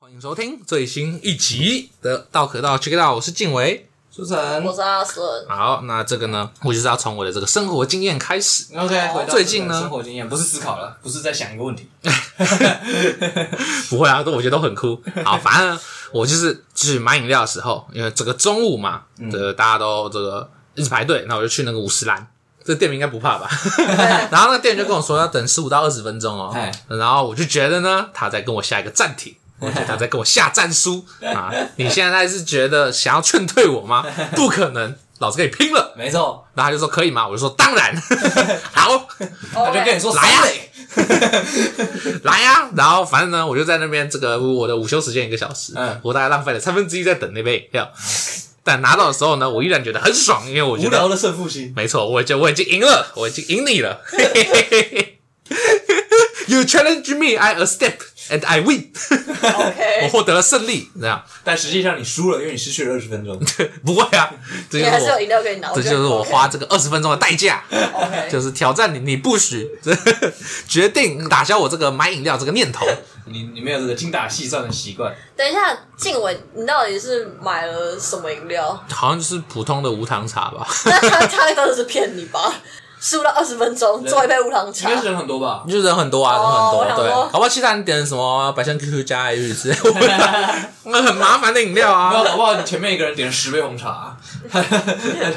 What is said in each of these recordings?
欢迎收听最新一集的《道可道 Check It Out》，我是静伟，舒我晨。是阿顺，好，那这个呢，我就是要从我的这个生活经验开始。 OK，回哦到最近呢这个生活经验不是思考了，不是在想一个问题。不会啊，都我觉得都很酷。好， 反正我就是去买饮料的时候，因为这个中午嘛，这、大家都这个一直排队，那我就去那个五十兰。这店名应该不怕吧？ 然后那个店员就跟我说要等十五到二十分钟哦哎。然后我就觉得呢，他在跟我下一个暂停，我觉得他在跟我下战书啊！你现在是觉得想要劝退我吗？不可能，老子跟你拼了！没错，然后他就说可以吗？我就说当然， 好，他就跟你说来呀三垒，来呀、然后反正呢，我就在那边这个我的午休时间一个小时，嗯我大概浪费了三分之一在等那杯饮料。但拿到的时候呢，我依然觉得很爽，因为我觉无得聊的胜负心。没错，我就我已经赢了，我已经赢你 了。嘿嘿嘿嘿嘿 You challenge me, I accept and I win 。我哎 OK，获得了胜利，这样但实际上你输了，因为你失去了二十分钟。不会啊，这你就还是是有我，饮料可以拿，这就是我花这个二十分钟的代价。OK，就是挑战你，你不许 决定打消我这个买饮料这个念头。你你没有这个精打细算的习惯，等一下，静伟，你到底是买了什么饮料？ 好像就是普通的无糖茶吧， 那他他真的是骗你吧？十五到二十分钟做一杯无糖应茶该，是人很多吧？就是人很多啊，哦人很多，我想对说，搞不好其他人点什么百香 QQ 加 A 日之类，我不知道 那很麻烦的饮料没有，啊。搞不好你前面一个人点了十杯红茶，对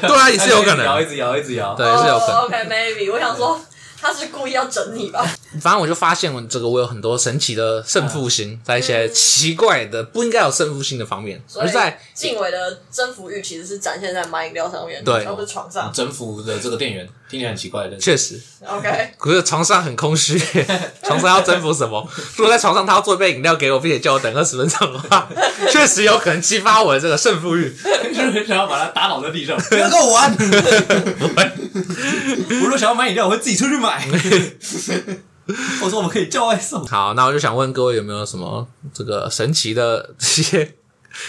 对啊也是有可 能摇一直摇，一直摇。对，是有可能。哦 OK，maybe，我想说他是故意要整你吧？反正我就发现这个我有很多神奇的胜负心，在一些奇怪的不应该有胜负心的方面，嗯所而以在静伟的征服欲其实是展现在买饮料上面，哦对而不是床上。征服的这个店员听起来很奇怪的，确实 OK，可是床上很空虚， 床上要征服什么？如果在床上他要做一杯饮料给我，并且叫我等二十分钟的话， 确实有可能激发我的这个胜负欲。 就是很想要把他打倒在 地上，不要跟 我玩。我如果想要买饮料，我会自己出 去买。 我说我们可以叫外送。好，那我就想问各位有没有什么这个神奇的这些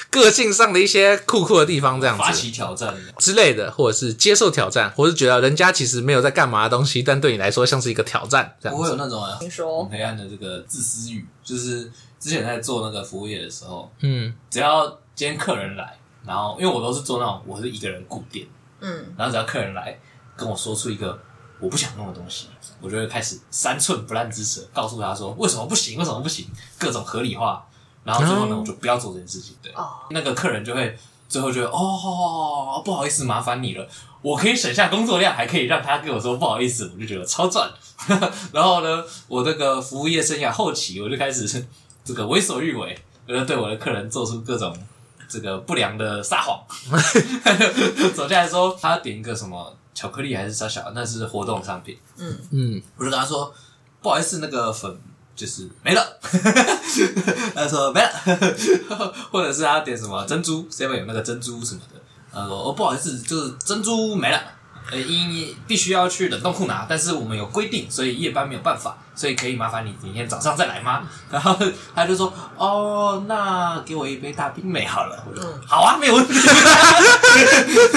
个性上的一些酷酷的地方，这样发子起挑战，之类的，或者是接受挑战，或是觉得人家其实没有在干嘛的东西，但对你来说像是一个挑战，这不样会有子。那种啊你说很黑暗的这个自私欲，就是之前在做那个服务业的时候，嗯，只要今天客人来，然后因为我都是做那种我是一个人固定，嗯，然后只要客人来跟我说出一个我不想弄的东西，我就会开始三寸不烂之舌告诉他说为什么不行，为什么不行，各种合理化，然后最后呢哦我就不要做这件事情，对，哦，那个客人就会最后觉得哦不好意思麻烦你了，我可以省下工作量，还可以让他跟我说不好意思，我就觉得超赚。 然后呢，我这个服务业生涯后期，我就开始这个为所欲为，我就对我的客人做出各种。这个不良的撒谎， 走下来说他点一个什么巧克力还是啥小，那是活动商品，嗯，我就跟他说不好意思，那个粉就是没了。 他说没了， 或者是他点什么珍珠，seven 有那个珍珠什么的。呃，我、哦、不好意思，就是珍珠没了。呃，因必须要去冷冻库拿，但是我们有规定，所以夜班没有办法，所以可以麻烦你明天早上再来吗？然后 他就说：“哦，那给我一杯大冰美好了。”我就说：“好啊，没有问题，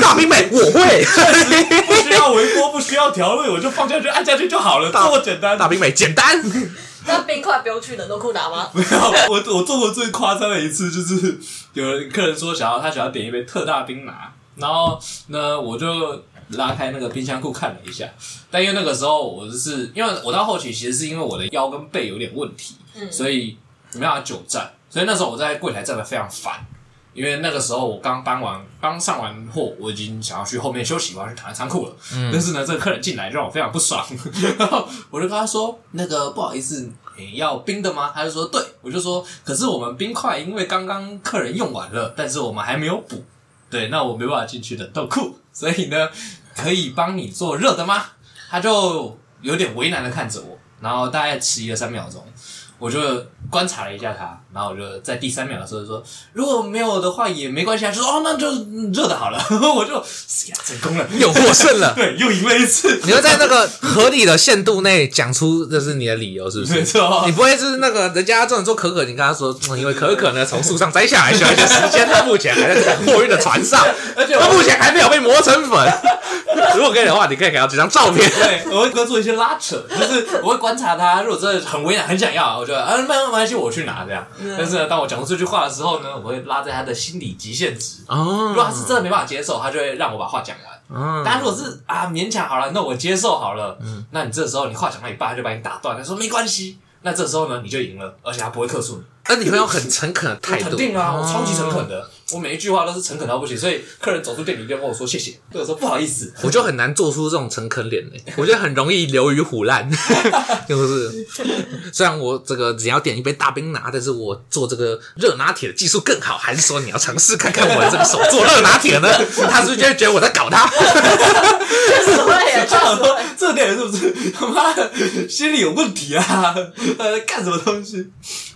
大冰美我会， 不需要微波，不需要调味，我就放下去按下去就好了，这么简单。” 大冰美简单，那冰块不用去冷冻库拿吗？没有，我我做过最夸张的一次就是有人客人说想要他想要点一杯特大冰拿，然后呢我就拉开那个冰箱库看了一下，但因为那个时候我就是因为我到后期其实是因为我的腰跟背有点问题，嗯所以没办法久站，所以那时候我在柜台站的非常烦。因为那个时候我刚搬完，刚上完货，我已经想要去后面休息，我要去躺在仓库了。嗯 但是呢，这个客人进来让我非常不爽， 然后我就跟他说：“那个不好意思，你要冰的吗？”他就说：“对。”我就说：“可是我们冰块因为刚刚客人用完了，但是我们还没有补，对，那我没办法进去冷冻库， 所以呢，可以帮你做热的吗？”他就有点为难的看着我，然后大概迟疑了三秒钟，我就观察了一下他，然后我就在第三秒的时候就说，如果没有的话也没关系啊，就说哦，那就嗯热的好了， 我就哎呀成功了，你有获胜了。 对，又赢了一次，你会在那个合理的限度内讲出这是你的理由，是不是 没？错你，不会就是那个人家这种做可可，你跟他说，嗯因为可可呢从树上摘下来需要一些时间，他目前还在这个货运的船上，而且他我 目前还没有被磨成粉，如果可以的话，你可以给他几张照片。对，我会跟他做一些拉扯，就是我会观察他，如果真的很为难、很想要，我就啊，没有没关系，我去拿这样。但是呢，当我讲出这句话的时候呢，我会拉在他的心理极限值。哦如果他是真的没办法接受，他就会让我把话讲完。嗯但他如果是啊勉强好了，那我接受好了，那你这时候你话讲到一半，他就把你打断，他说没关系。那这时候呢，你就赢了，而且他不会克诉你。那你会有很诚恳的我态度，哦肯定啊，我超级诚恳的，我每一句话都是诚恳到不行，所以客人走出店里就跟我说谢谢，对我说不好意思，我就很难做出这种诚恳脸 嘞、我觉得很容易流于虎烂， 就是虽然我这个只要点一杯大冰拿，但是我做这个热拿铁的技术更好，还是说你要尝试看看我的这个手做热拿 铁呢？他是不是就会觉得我在搞他？确实会耶， 确他实想说会。这店人是不是他妈的心理有问题啊？他在干什么东西？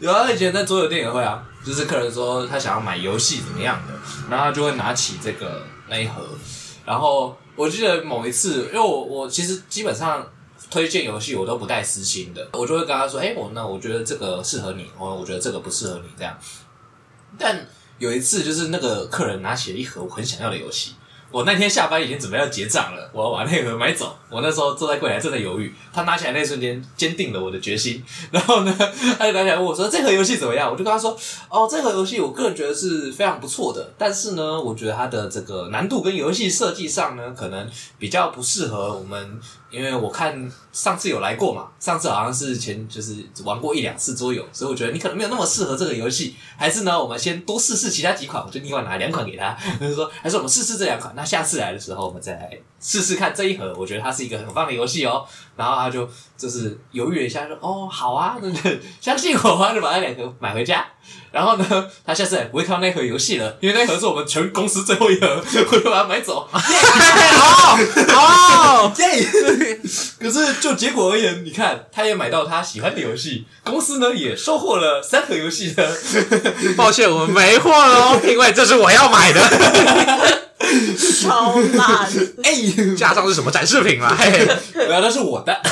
有啊，以前在桌游店也会啊，就是客人说他想要买游戏怎么样的，然后他就会拿起这个那一盒，然后我记得某一次，因为我我其实基本上。推荐游戏我都不带私心的，我就会跟他说：“哎、我那我觉得这个适合你，哦我我觉得这个不适合你。”这样。但有一次，就是那个客人拿起了一盒我很想要的游戏，我那天下班已经准备要结账了，我要把那盒买走。我那时候坐在柜台正在犹豫，他拿起来那瞬间坚定了我的决心。然后呢，他就拿起来问我说：“这盒游戏怎么样？”我就跟他说：“哦，这盒游戏我个人觉得是非常不错的，但是呢，我觉得它的这个难度跟游戏设计上呢，可能比较不适合我们，因为我看上次有来过嘛，上次好像是前就是只玩过一两次桌游，所以我觉得你可能没有那么适合这个游戏。还是呢，我们先多试试其他几款，我就另外拿两款给他，就是说，还是我们试试这两款，那下次来的时候我们再来试试看这一盒，我觉得它是一个很棒的游戏哦。然后他就就是犹豫了一下，说：“哦，好啊，那就相信我啊，就把那两盒买回家。”然后呢， 他下次也不会看到那盒游戏了，因为那盒是我们全公司最后一盒，我就把它买走。哎哦 哦，耶！ 可是就结果而言，你看，他也买到他喜欢的游戏，公司呢也收获了三盒游戏的抱歉，我们没货喽，因为这是我要买的， 超 烂，哎，架上是什么展示品啦？嘿嘿然后那是我的，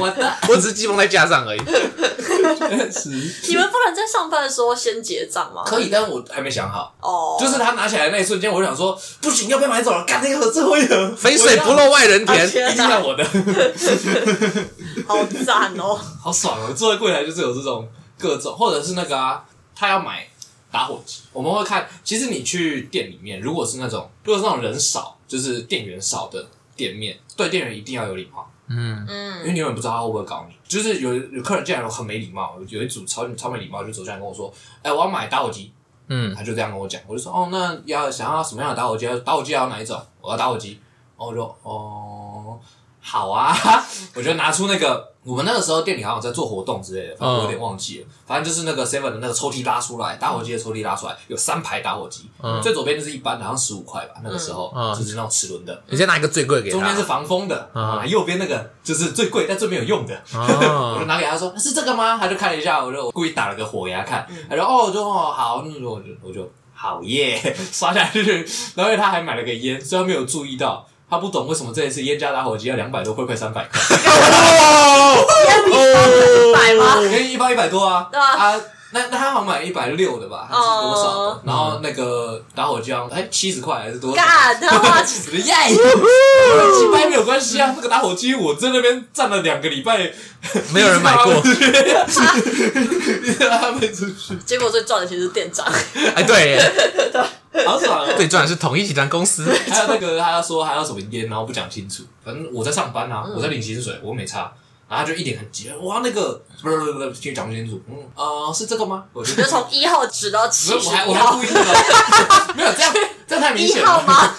我的，我只是寄放在架上而已。是你们不能在上班的时候先结账吗？可以，但我还没想好。哦，就是他拿起来的那一瞬间，我就想说，不行，要被买走了，干那盒最后一盒，肥水不落外人啊田，天一定哪要，我的，好赞哦！好爽哦！坐在柜台就是有这种各种，或者是那个啊，他要买打火机，我们会看。其实你去店里面，如果是那种如果是那种人少，就是店员少的店面，对店员一定要有礼貌。嗯，因为你永远不知道他会不会搞你。就是有有客人进来很没礼貌，有一组超超没礼貌，就走进来跟我说：“哎、我要买打火机。”嗯他就这样跟我讲，我就说：“哦，那要想要什么样的打火机？打火机要哪一种？我要打火机。”哦，我就哦，好啊， 我就拿出那个。我们那个时候店里好像在做活动之类的，反正我有点忘记嗯了。反正就是那个 seven 的那个抽屉拉出来，打火机的抽屉拉出来，有三排打火机，嗯最左边就是一般的，好像十五块吧，那个时候、嗯就是那种齿轮的，你先拿一个最贵给他，中间是防风的，啊啊，右边那个就是最贵但最没有用的。我就哦，拿给他说是这个吗？他就看了一下，我就故意打了个火给他嗯看，他说哦，我就哦好，那我就我就好耶， 刷下去。然后因为他还买了个烟，虽然没有注意到，他不懂为什么这一次烟加打火机要两百多块，快三百块，哦，百吗？因为一包一百多啊，对啊那那他好像买一百六的吧，还是多少的哦？然后那个打火机好像哎七十块还是多少？ 干他妈几耶！几百没有关系啊，那个打火机我在那边站了两个礼拜，没有人买过。他没出去，结果最赚的其实是店长，哎，对耶，好爽啊！对，赚的是统一集团公司。还有那个他说还要什么烟，然后不讲清楚，反正我在上班啊，我在领薪水，我没差。然后他就一脸很急，哇，那个不是不是不是，就讲不清楚，嗯呃，是这个吗？我就就从一号指到七不是十我还一我还号故，意的，没有这样，这样太明一显号了，吗？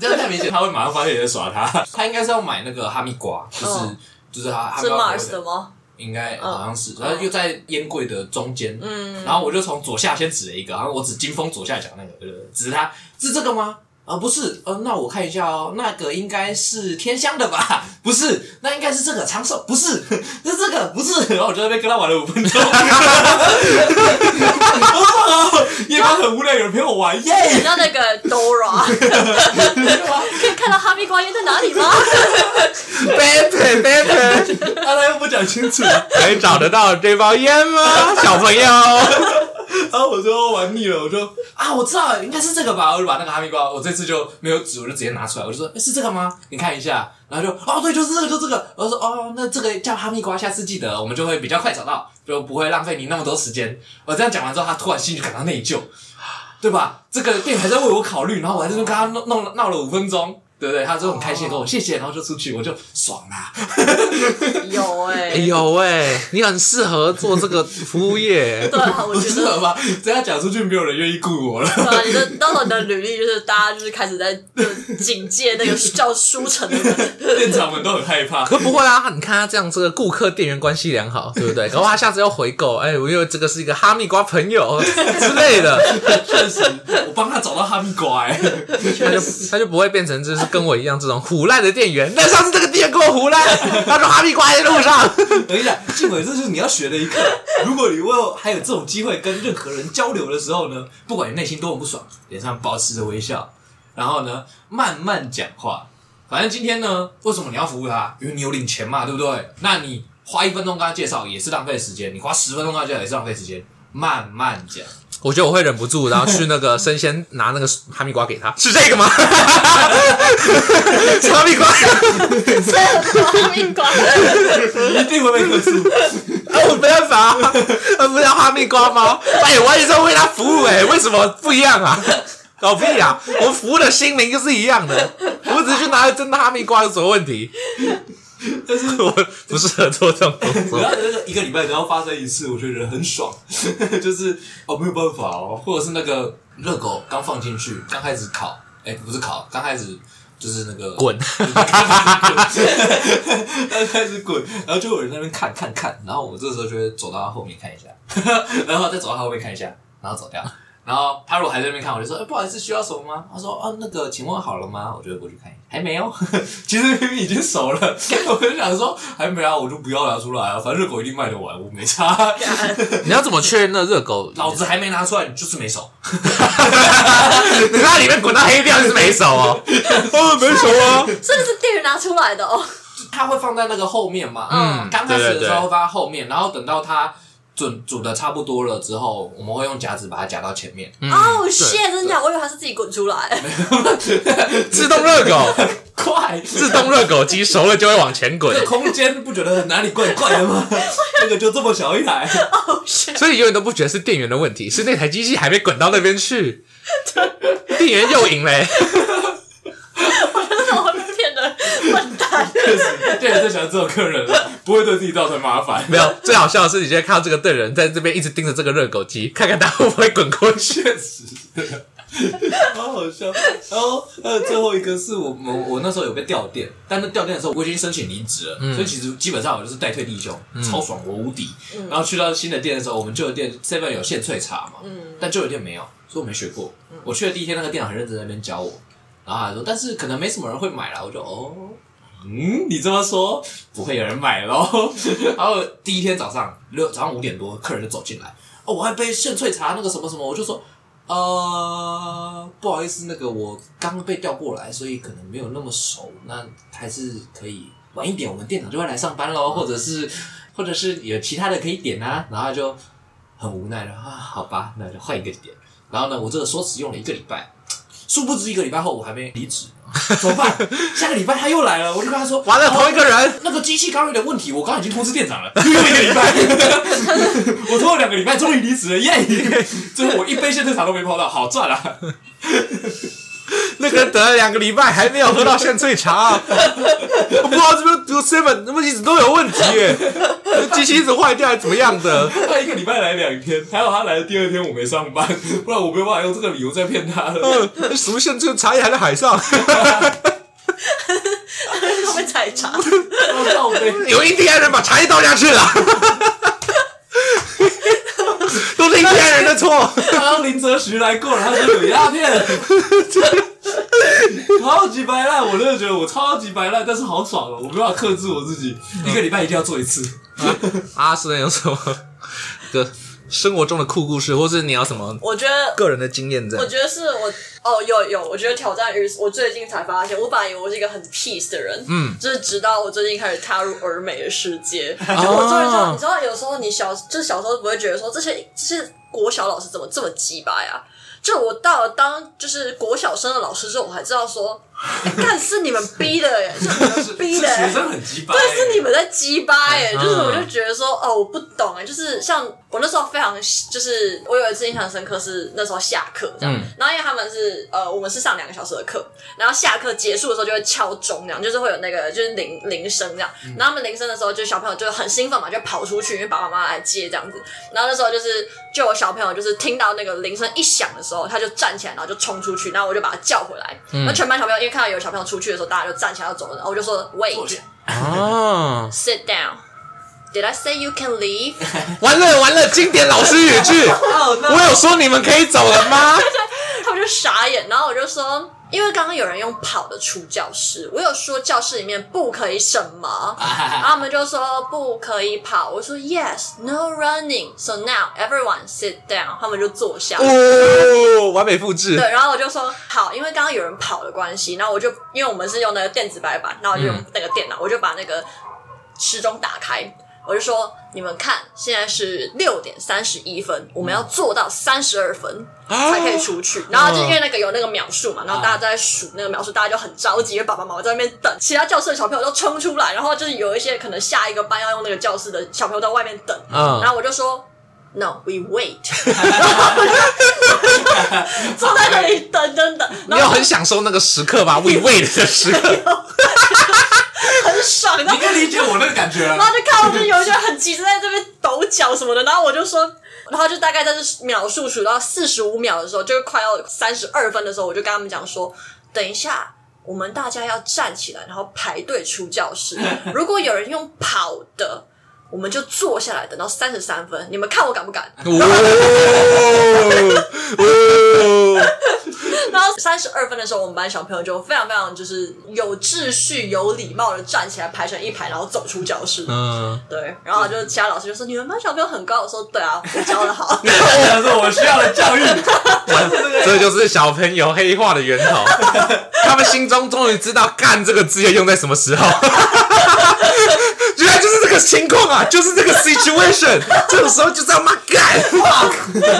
这样太明显，他会马上发现你在耍他。他应该是要买那个哈密瓜，就是嗯就是他哈密 是瓜口味 Mars 的吗？应该嗯好像是，然后就在烟柜的中间，嗯，然后我就从左下先指了一个，然后我指金峰左下角那个，对对对指他是这个吗？啊、不是，呃，那我看一下哦，那个应该是天香的吧？ 不是，那应该是这个长寿，不是， 是这个，不是。然后我就在那边跟他玩了五分钟， 好爽哦！夜班很无聊，有人陪我玩耶。 啊你知道那个 Dora 可以看到哈密瓜烟在 哪里吗？ Better Better，啊，他又不讲清楚，还找得到这包烟吗，小朋友？然后我就玩腻了，我就啊，我知道了应该是这个吧，我就把那个哈密瓜，我这次就没有煮，我就直接拿出来，我就说、诶哎是这个吗？你看一下，然后就哦对，就是这个，就这个，我就说哦，那这个叫哈密瓜，下次记得，我们就会比较快找到，就不会浪费你那么多时间。我这样讲完之后，他突然心里感到内疚，对吧？这个店还在为我考虑，然后我还在那边跟他弄弄闹了五分钟。对不对？他就很开心地跟我谢谢，然后就出去，我就爽啦、有哎、哎呦喂，你很适合做这个服务业对啊，我不觉适合得。吧？这样讲出去，没有人愿意雇我了。对啊，你的到时候你的履历就是大家就是开始在就警戒那个叫书城的人，店长们都很害怕。可不会啊，你看他这样，这个顾客店员关系良好，对不对？搞不好他下次要回购，哎、我因为这个是一个哈密瓜朋友之类的，确实，我帮他找到哈密瓜、欸，他就他就不会变成就是跟我一样这种胡赖的店员。但上次这个店员跟我胡赖，他说哈密瓜在路上， 等一下，静伟，这就是你要学的一课。如果你以后还有这种机会跟任何人交流的时候呢，不管你内心多么不爽，脸上保持着微笑，然后呢，慢慢讲话。反正今天呢，为什么你要服务他？因为你有领钱嘛，对不对？那你花一分钟跟他介绍也是浪费时间，你花十分钟跟他介绍也是浪费时间。慢慢讲，我觉得我会忍不住，然后去那个生鲜拿那个 哈密瓜给他，是这 个吗？是哈密瓜，这哈密瓜，你一定会被克诉。啊，我没办法、啊，不是要哈密瓜吗？哎，我也是为他服务哎、为什么不一样啊？搞屁啊！我服务的心灵就是一样的，我只是去拿真的哈密瓜有什么问题？我不适合做这种工我作。要那个一个礼拜只要发生一次，我觉得很爽， 就是哦没有办法哦，或者是那个热狗刚放进去，刚开始烤，哎、不是烤，刚开始就是那个滚，刚开始滚，然后就有人在那边看看看，然后我这时候就会走到他后面看一下， 然后再走到他后面看一下，然后走掉。然后他如果还在那边看，我就说：“哎、不好意思，需要什么吗？”他说：“哦，那个，请问好了吗？”我就会过去看一下，还没有。 其实明明已经熟了，我就想说还没啊，我就不要拿出来啊，反正热狗一定卖得完，我没差。 你要怎么确认那热狗？ 老子还没拿出来，你就是没熟。你那里面滚到黑掉就是没手哦。 哦，没手啊。这个是店员拿出来的哦。它会放在那个后面嘛，嗯刚开始对的对时对候会放在后面，然后等到它准煮的差不多了之后，我们会用夹子把它夹到前面。嗯哦、shit！真的假的，我以为他是自己滚出来。 自动热狗，快，自动热狗机熟了就会往前 滚，空间不觉得哪里怪怪的 吗？这个就这么小一台，哦、shit！所以永远都不觉得是店员的问题，是那台机器还没滚到那边去。店员又赢嘞、这种会被骗的笨蛋。确实，店员最喜欢这种客人了，不会对自己造成麻烦。没有，最好笑的是，你现在看到这个队人在这边一直盯着这个热狗机，看看他会不会滚过去。确实，好好笑。然后呃，最后一个是我我我那时候有被调店，但那调店的时候我已经申请离职了，所以其实基本上我就是代退弟兄，超爽，我无敌。然后去到新的店的时候，我们旧的店 seven 有现萃茶嘛，但旧的店没有，所以我没学过。我去的第一天，那个店长很认真在那边教我，然后他说，但是可能没什么人会买啦，我就哦。嗯，你这么说不会有人买咯。然后第一天早上六早上五点多，客人就走进来，哦，我还杯现萃茶那个什么什么，我就说，呃，不好意思，那个我刚被调过来，所以可能没有那么熟，那还是可以晚一点，我们店长就会来上班喽，或者是或者是有其他的可以点啊，然后他就很无奈的啊，好吧，那就换一个点。然后呢，我这个说辞用了一个礼拜，殊不知一个礼拜后我还没离职，怎么办？下个礼拜他又来了，我就跟他说， 完了，同一个人，那个机器刚刚有点问题，我刚刚已经通知店长了， 又一个礼拜，我拖了两个礼拜，终于离职了，耶！ 最后我一杯现在茶都没泡到，好赚啊！那个人等了两个礼拜还没有喝到现萃茶，我不知道这边读 seven 那么一直都有问题耶，机器一直坏掉还是怎么样的？ 他 一个礼拜来两天，还有他来的第二天我没上班，不然我没有办法用这个理由再骗他 了。嗯，什么现萃茶叶还在海上，他们采茶，我靠背，有印第安人把茶叶倒下去 了，都是印第安人的错。他让林则徐来过了，他说有鸦片， 超级白烂，我真的觉得我超级白烂，但是好爽哦，我没办法克制我自己，一个礼拜一定要做一次。阿斯能有什么个生活中的酷故事，或是你要什么我觉得个人的经验这我样？觉得是我哦，有有，我觉得挑战日，我最近才发现，我本来以为我是一个很 peace 的人，嗯，就是直到我最近开始踏入欧美的世界，就我终于知道，你知道有时候你小，就是小时候不会觉得说这些这些国小老师怎么这么鸡巴呀？就我到了当就是国小生的老师之后，我才知道说，哎干是你们逼的耶，是你们逼 的学耶。生很鸡巴、欸，对，是你们在鸡巴耶！嗯就是我就觉得说，哦，我不懂哎，就是像我那时候非常，就是我有一次印象深刻是那时候下课这样，嗯然后因为他们是呃，我们是上两个小时的课，然后下课结束的时候就会敲钟这样，就是会有那个就是铃铃声这样，然后他们铃声的时候，就小朋友就很兴奋嘛，就跑出去，因为爸爸妈妈来接这样子，然后那时候就是，就有小朋友就是听到那个铃声一响的时候，他就站起来，然后就冲出去，然后我就把他叫回来。那、全班小朋友因为看到有小朋友出去的时候，大家就站起来要走了，然后我就说坐 Wait, 下哦， sit down. Did I say you can leave？ 完了完了，经典老师语句，Oh, 哦，那我有说你们可以走了 吗？他们就傻眼，然后我就说，因为刚刚有人用跑的出教室，我有说教室里面不可以什么，然后他们就说不可以跑，我说 Yes, no running. So now everyone sit down，他们就坐下。哦，完美复制对，，然后我就说好，因为刚刚有人跑的关系，然后我就因为我们是用那个电子白板，然后我就用那个电脑，我就把那个时钟打开，我就说你们看，现在是六点三十一分，我们要做到三十二分才可以出去。然后就因为那个有那个秒数嘛，然后大家在数那个秒数，大家就很着急，因为爸爸妈妈在那边等，其他教室的小朋友都冲出来，然后就是有一些可能下一个班要用那个教室的小朋友在外面等，嗯然后我就说。No, we wait 然后我就。坐在那里等等 等，你然有后很享受那个时刻吧？We wait 的时 刻，很爽，然后你可以理解我那个感觉啊然了。后就看我就有一些很急着在这边抖脚什么的，然后我就说，然后就大概在这秒数数到四十五秒的时候，就是快要三十二分的时候，我就跟他们讲说，等一下。我们大家要站起来，然后排队出教 室。如果有人用跑的，我们就坐下来，等到三十三分。你们看我敢不敢？哦 哦，然后三十二分的时候，我们班小朋友就非常非常就是有秩序、有礼貌的站起来排成一排，然后走出教室。嗯，对，然后就其他老师就说：“你们班小朋友很高。”我说：“对啊，我教的好。想说我需要的教育， 这就是小朋友黑化的源头，他们心中终于知道“干”这个字要用在什么时候。 原来就是这个情况啊，就是这个 situation，这种时候就是要骂 干哇，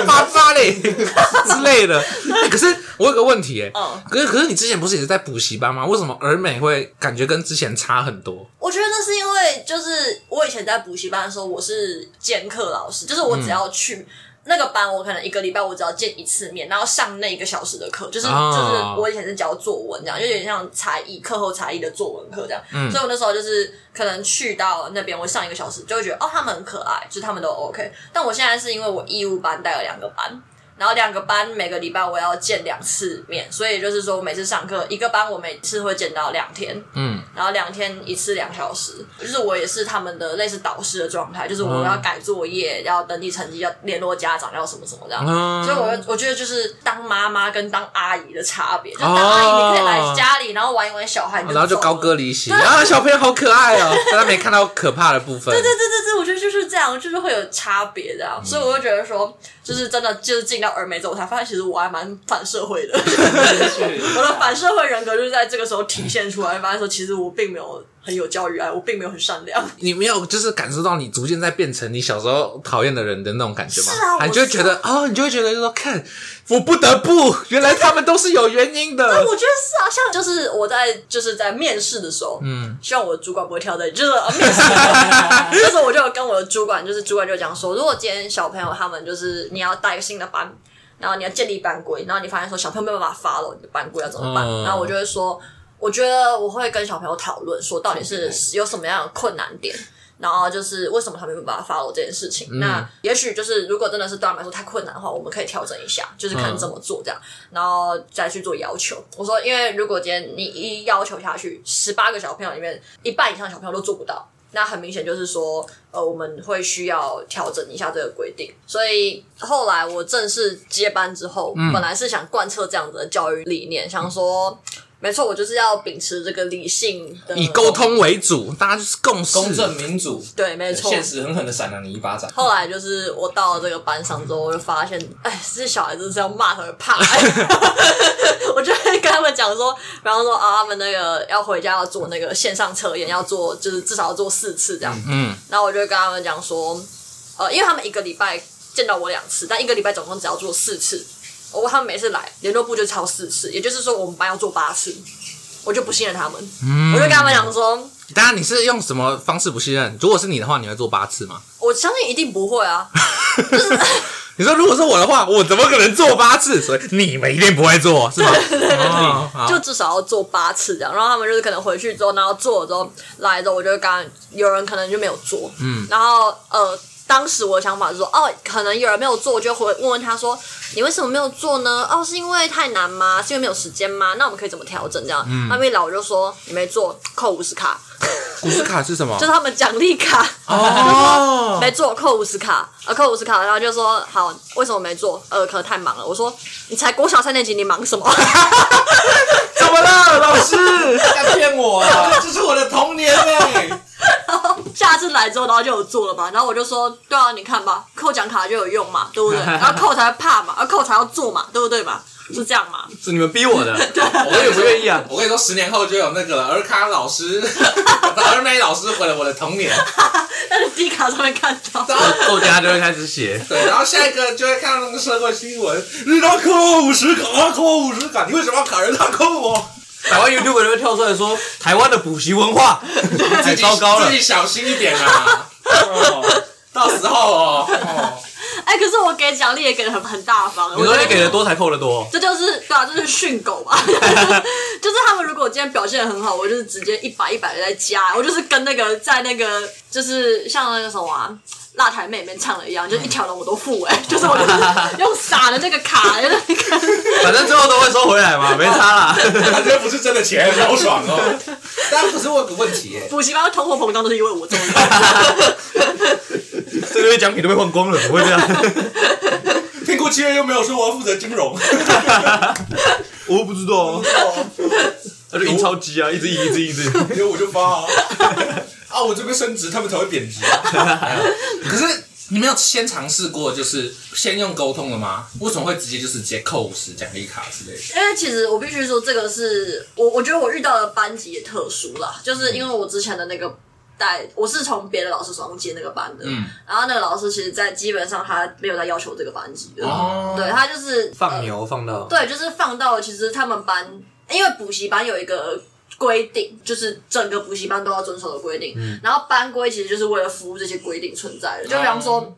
妈发嘞之类的。欸可是我有个问题哎、嗯可是可是你之前不是也是在补习班吗？为什么儿美会感觉跟之前差很多？”我觉得那是因为，就是我以前在补习班的时候，我是兼课老师，就是我只要去。那个班我可能一个礼拜我只要见一次面，然后上那一个小时的课，就是、啊就是我以前是教作文这样，就有点像才艺课后才艺的作文课这样。所以我那时候就是可能去到那边，我上一个小时就会觉得哦他们很可爱，就是他们都 OK。但我现在是因为我义务班带了两个班，然后两个班每个礼拜我要见两次面，所以就是说我每次上课一个班我每次会见到两天，嗯，然后两天一次两小时，就是我也是他们的类似导师的状态，就是嗯我要改作业，要等你成绩，要联络家长，要什么什么这样。嗯所以我我觉得就是当妈妈跟当阿姨的差别，就是当阿姨你可以来家里，然后玩一玩小孩，你啊哦然后就走了高歌。离席啊，小朋友好可爱哦、但他没看到可怕的部分。对对对对对，我觉得就是这样，就是会有差别这样，嗯所以我就觉得说，就是真的就是进到儿美之后，我才发现其实我还蛮反社会的，我的反社会人格就是在这个时候体现出来，发现说其实我并没有很有教育爱，我并没有很善良。你没有就是感受到你逐渐在变成你小时候讨厌的人的那种感觉吗？是啊我啊，你就会觉得哦，你就会觉得就说看，我不得不，原来他们都是有原因的。我觉得是啊，像就是我在就是在面试的时候，嗯，希望我的主管不会跳在就是、呃、面试的时候，那时候我就有跟我的主管，就是主管就讲说，如果今天小朋友他们就是你要带一个新的班，然后你要建立班规，然后你发现说小朋友没有办法 follow 你的班规要怎么办，嗯然后我就会说，我觉得我会跟小朋友讨论说到底是有什么样的困难点。然后就是为什么他们没有办法 follow 这件事情？那也许就是如果真的是对他们来说太困难的话，我们可以调整一下，就是看怎么做这样，然后再去做要求。我说，因为如果今天你一要求下去，十八个小朋友里面一半以上的小朋友都做不到，那很明显就是说，呃，我们会需要调整一下这个规定。所以后来我正式接班之后，嗯本来是想贯彻这样子的教育理念，想说。没错，我就是要秉持这个理性的，以沟通为主，大家就是共识。公正民主，对，没错，现实狠狠的闪了你一巴掌。后来就是我到了这个班上之后，我就发现，哎，这小孩子是要骂才会 怕。我就会跟他们讲说，比方说啊，他们那个要回家要做那个线上测验，要做就是至少要做四次这样。嗯，然后我就跟他们讲说，呃，因为他们一个礼拜见到我两次，但一个礼拜总共只要做四次。我他们每次来联络部就超四次，也就是说我们班要做八次，我就不信任他们，嗯我就跟他们讲说，当然你是用什么方式不信任？如果是你的话，你会做八次吗？我相信一定不会啊，你说如果是我的话，我怎么可能做八次？所以你们一定不会做，是吗？哦好就至少要做八次这样。然后他们就是可能回去之后，然后做了之后来之后，我就会刚有人可能就没有做，嗯，然后呃。当时我的想法是说，哦，可能有人没有做，我就回问问他说，你为什么没有做呢？哦，是因为太难吗？是因为没有时间吗？那我们可以怎么调整？这样，他们一来我就说，你没做，扣五十卡，古斯卡是什么就？是他们奖励卡。哦，没做，扣五十卡，呃，扣五十卡，然后就说好，为什么没做？呃，可能太忙了。我说你才国小三年级，你忙什么？怎么了，老师？他骗我啊！这是我的童年哎、 下次来之后，然后就有做了嘛。然后我就说，对啊，你看吧，扣奖卡就有用嘛， 对不对？然后扣才会怕嘛，而啊扣才要做嘛，对不对嘛？是这样嘛？ 是你们逼 我的，我也不愿意啊。我跟你说，十年后就有那个尔卡老师、 尔美老师毁了我的童年。但是 D 卡上面看到，作家就会开始写，对，然后下一个就会看到那个社会新闻，日他扣五十卡，扣五十卡，你为什么要卡人他扣我？台湾 YouTube 就会跳出来说台湾的补习文化太 自己糟糕了自。己小心一点啊！ 哦到时候哦，哦 哎，可是我给奖励也给的很很大方。你我说觉得你给的多才扣的多，这就是对啊，这是训狗 吧？就是他们如果今天表现得很好，我就是直接一百一百的在加，我就是跟那个在那个就是像那个什么、啊。辣台妹里面唱的一样，就是一条龙我都付哎、就是我就是用撒的那个卡，就是那个反正最后都会收回来嘛，没差啦。反正不是真的钱，好爽哦。但可是我有个问题耶，补习班通货膨胀都是因为我做的。这个月奖品都被换光了，不会这样。苹果七月又没有说我要负责金融，我不知道啊，哦他就印钞机啊，一直印，一直印，一直印。 因为我就发啊，啊，我这边升值，他们才会贬值啊。 可是你没有先尝试过，就是先用沟通的吗？为什么会直接就是直接扣五十奖励卡之类的？ 因为其实我必须说，这个是我我觉得我遇到的班级也特殊啦，就是因为我之前的那个带，我是从别的老师手上接那个班的，嗯然后那个老师其实在基本上他没有在要求这个班级的，哦对他就是放、牛放到呃，对，就是放到其实他们班，因为补习班有一个。规定就是整个补习班都要遵守的规定，然后班规其实就是为了服务这些规定存在的。就比方说，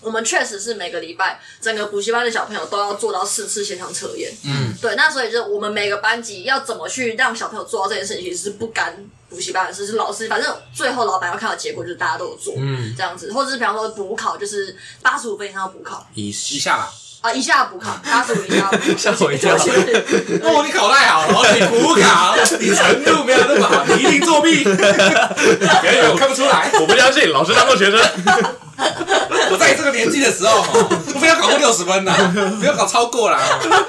我们确实是每个礼拜整个补习班的小朋友都要做到四次现场测验，嗯，对，那所以就是我们每个班级要怎么去让小朋友做到这件事情，其实是不干补习班的事，是老师，反正最后老板要看到结果，就是大家都有做，嗯，这样子，或者是比方说补考，就是八十五分以上要补考一一下啦。啊，一下补考，八十五以下要补考，吓啊我一跳哦，你考太好了，哦你补考，你程度没有那么好，你一定 作弊。别以为我看不出来，我不相信，老师当过学生，我在这个年纪的时候，哦不要考过六十分呐，不要考超过啦。啊哦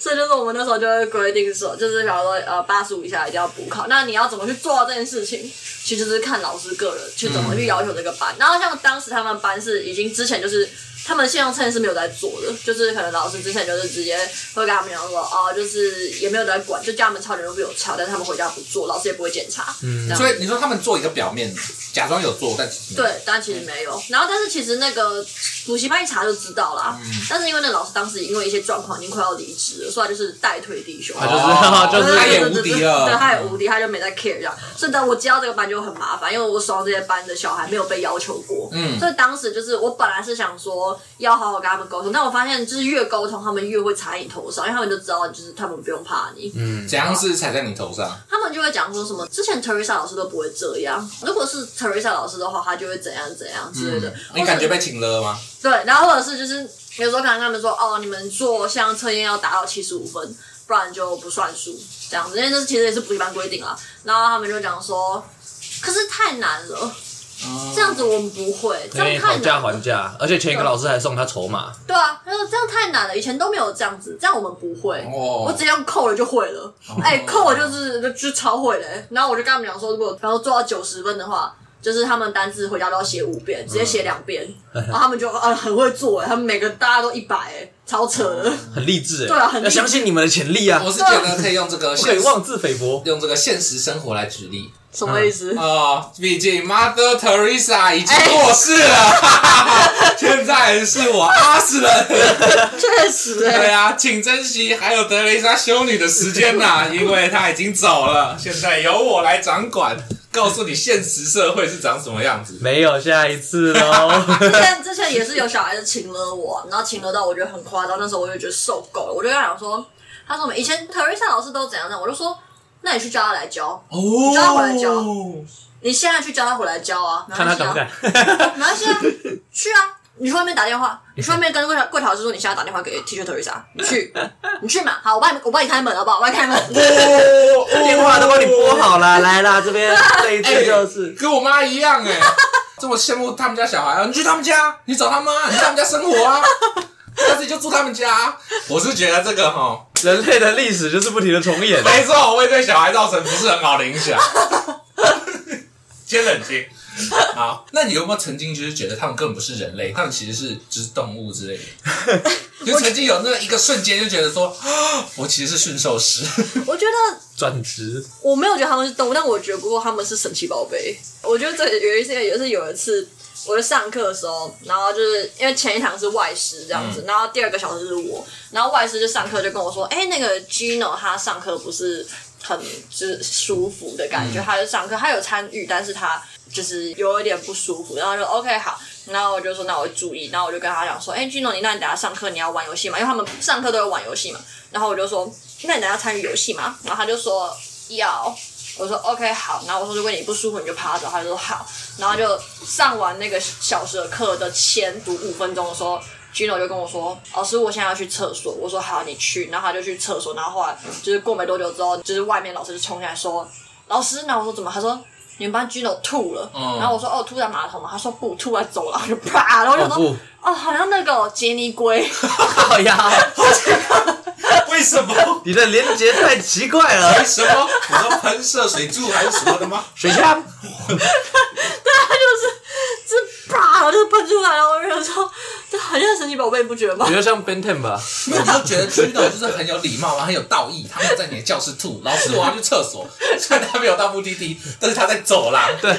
所以就是我们那时候就会规定说，就是比方说呃八十五以下一定要补考。那你要怎么去做到这件事情，其实就是看老师个人去怎么去要求这个班。然后像当时他们班是已经之前就是。他们线上测验是没有在做的，就是可能老师之前就是直接会跟他们讲说，哦，就是也没有在管，就叫他们抄，你们不有抄，但是他们回家不做，老师也不会检查，嗯，所以你说他们做一个表面，假装有做，但其实没有对，但其实没有。然后，但是其实那个补习班一查就知道啦。但是因为那老师当时因为一些状况已经快要离职了，所以他就是代退弟兄。他就是哦就是对他也啊对无对敌了，对，他也无敌，他就没在 care 这样。所以等我接到这个班就很麻烦，因为我手上这些班的小孩没有被要求过，嗯所以当时就是我本来是想说要好好跟他们沟通，但我发现就是越沟通他们越会踩你头上，因为他们就知道就是他们不用怕你，嗯怎样是踩在你头上？他们就会讲说什么之前 Teresa 老师都不会这样，如果是 Teresa 老师的话，他就会怎样怎样之类的，或嗯你者感觉被请了吗？对，然后或者是就是有时候可能跟他们说，哦，你们做像测验要达到七十五分，不然就不算数这样子，因为这是其实也是补习班规定啊。然后他们就讲说，可是太难了，这样子我们不会，这哎样太哎讨价难了还。价，而且前一个老师还送他筹码，对啊，他说这样太难了，以前都没有这样子，这样我们不会。哦我直接用扣了就会了，哎、扣了就是就就超会了、然后我就跟他们讲说，如果然后做到九十分的话，就是他们单字回家都要写五遍，直接写两遍，然后他们就啊很会做哎、他们每个大家都一百哎，超扯的。很励志哎。对啊很励要志相信你们的潜力啊！我是觉得可以用这个不可以现实妄自菲薄。用这个现实生活来举例。什么意思？啊，毕竟 Mother Teresa 已经过世了，哎 现在是我阿斯人。确实，对 哎，啊，请珍惜还有德雷莎修女的时间 呐、因为她已经走了，现在由我来掌管，告诉你现实社会是长什么样子。没有下一次喽。之前之前也是有小孩子请了我，啊然后请了到我觉得很夸张，那时候我就觉得受够了，我就跟他讲说，他说我们以前 Teresa 老师都怎样怎样，我就说，那你去叫他来教，哦叫他回来教你现在去叫他回来教啊，没看他关系敢啊不敢？ 没关系啊， 去啊！你去外面打电话，你去外面跟柜台柜台老师说你现在打电话给 Teacher Teresa，你去，你去嘛。好，我帮你我帮你开门好不好？我帮你 开门。哦电话都帮你拨好了，来啦，这边这一次就是。跟我妈一样 哎、这么羡慕他们家小孩啊！你去他们家，你找他妈，你去他们家生 活啊，下次你就住他们家啊、我是觉得这个哈，人类的历史就是不停的重演。没错，会对小孩造成不是很好的影响。 先冷静。好，那你有没有曾经就是觉得他们根本不是人类，他们其实是就是动物之类的？就曾经有那一个瞬间就觉得说， 啊我其实是驯兽师。我觉得转职我没有觉得他们是动物，但我觉得不过他们是神奇宝贝。我觉得这原因是因为也是有一次我在上课的时候，然后就是因为前一堂是外师这样子，然后第二个小时是我，然后外师就上课就跟我说，哎、那个 Gino 他上课不是很就是舒服的感觉，他就上课他有参与，但是他就是有一点不舒服，然后就 OK 好。然后我就说，那我会注意。然后我就跟他讲说，哎、g i n o 你那你等下上课你要玩游戏吗？因为他们上课都有玩游戏嘛。然后我就说，那你等下参与游戏吗？然后他就说要。我说 OK 好，然后我说如果你不舒服你就趴着，他就说好，然后就上完那个小时的课的前读五分钟的时候，Gino 就跟我说，老师我现在要去厕所，我说好你去，然后他就去厕所，然后后来就是过没多久之后，就是外面老师就冲进来说，老师，那我说怎么？他说你们班 Gino 吐了，嗯然后我说哦吐在马桶嘛，他说不吐在走廊，就啪，然后我就说哦哦好像那个杰尼龟， 好呀， 为什么？ 你的连接太奇怪了。为什么？你说喷射水柱还是什么的吗？水枪，就是啪，然后就喷出来了，我就说这很像神奇宝贝，你不觉得吗比？如像 Ben Ten 吧，那你就觉得军人就是很有礼貌，然后很有道义。他没有在你的教室吐，老师我要去厕所，虽然他没有到目的地，但是他在走廊，对，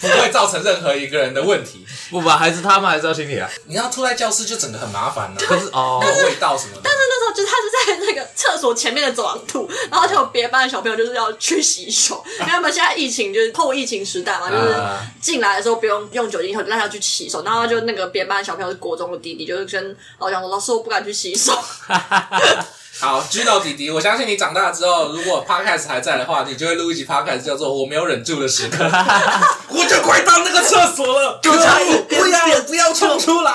不会造成任何一个人的问题。不吧，还是他们还是要听你啊。你要吐在教室就整个很麻烦了、可是哦没，有味道什么的但。是那时候就是他就在那个厕所前面的走廊吐，然后就有别班的小朋友就是要去洗手，因为他们现在疫情就是后疫情时代嘛，就是啊进来的时候不用用酒精消毒，但是要去洗手，然后就那个别班的小朋友是国中的弟弟，就是跟老师讲说老师我不敢去洗手，好，军斗弟弟，我相信你长大之后，如果 podcast 还在的话，你就会录一集 podcast 叫做《我没有忍住的时刻》， 我就快到那个厕所了，可差一恶点不要不要冲出来！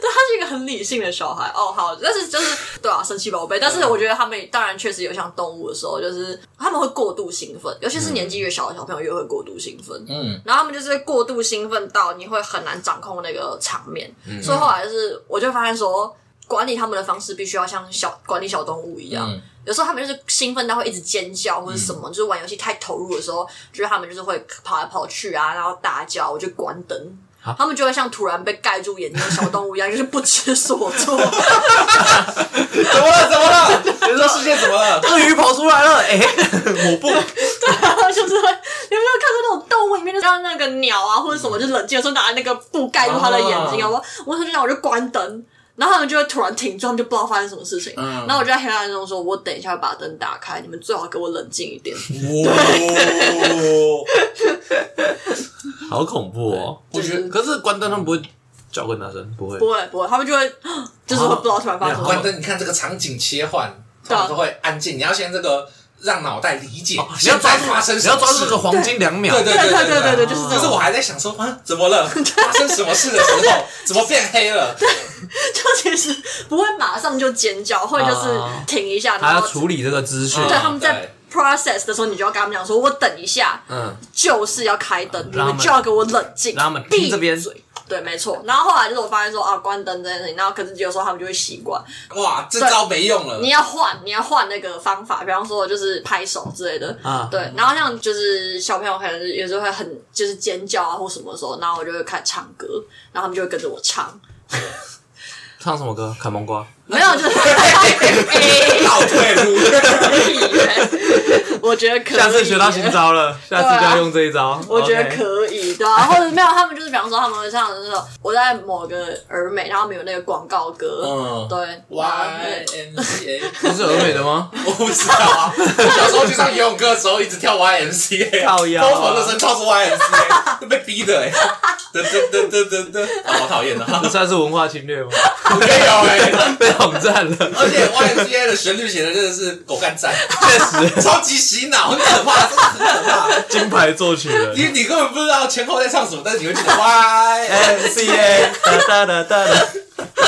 对，他是一个很理性的小孩哦，好，但是就是对啊，神奇宝贝，但是我觉得他们当然确实有像动物的时候，就是他们会过度兴奋，尤其是年纪越小的小朋友越会过度兴奋，嗯，然后他们就是过度兴奋到你会很难掌控那个场面，所以后来就是我就发现说，管理他们的方式必须要像小管理小动物一样。嗯有时候他们就是兴奋到会一直尖叫或者什么，就是玩游戏太投入的时候，就是他们就是会跑来跑去啊，然后大叫，我就关灯。啊他们就会像突然被盖住眼睛的小动物一样，就是不知所措。 怎么了？怎么了？ 你说世界怎 么了？鳄鱼跑出来了，哎、抹布，然后就是会，你有没有看过那种动物里面，就像那个鸟啊或者什么，就冷静的时候拿那个布盖住它的眼啊睛，嗯好不好？我就这样，我就关灯，然后他们就会突然停住，他们就不知道发生什么事情。嗯然后我就在黑暗中说：“我等一下把灯打开，你们最好给我冷静一 点。哇！好恐怖哦！我觉得可是关灯他们不会叫更大声，不会”不会不会，他们就会啊就是会不知道突然发生什关嗯么。灯，你看这个场景切换，对啊他们都会安静。你要先这个让脑袋理解，哦你要抓现住在发生，你要抓住这个黄金两秒对。对对对对对对对，就是就这是种，我还在想说啊，怎么了？ 发生什么事的 时候，怎么变黑了？就其实不会马上就尖叫，会就是啊停一下，他然要后处理这个资讯，对嗯他们在 process 的时候，你就要跟他们讲说：“我等一下，嗯，就是要开灯，你让他们们就要给我冷静，让他们闭听这边对，没错。然后后来就是我发现说啊，关灯这件事情，然后可是有时候他们就会习惯。哇，这招没用了你。要换，你要换那个方法，比方说就是拍手之类的。啊对。然后像就是小朋友可能有时候会很就是尖叫啊或什么的时候，然后我就会开始唱歌，然后他们就会跟着我唱。唱什么歌？砍芒瓜。没有，就是哎倒退路， 我觉得可以。下次学到新招了，下次就要用这一招。我觉得 OK 可以，对啊，或者没有，他们就是比方说他们会唱的那种，我在某个儿美，然后没有那个广告歌，嗯对， Y M C A，不是俄美的吗？我不知道啊。我小时候去唱游泳课的时候，一直跳 Y M C A，靠腰啊高潮的声跳出 Y M C A，都被逼的哎、 噔噔噔噔噔噔，啊 好讨厌的，这算是文化侵略吗？没有哎、 被统战了，而且 Y M C A 的旋律写的真的是狗干赞，确实，超级洗脑，很可怕，真的很可怕。金牌作曲人你你根本不知道前后在唱什么，但是你会记得 Y M ，M C A，哒哒哒哒哒。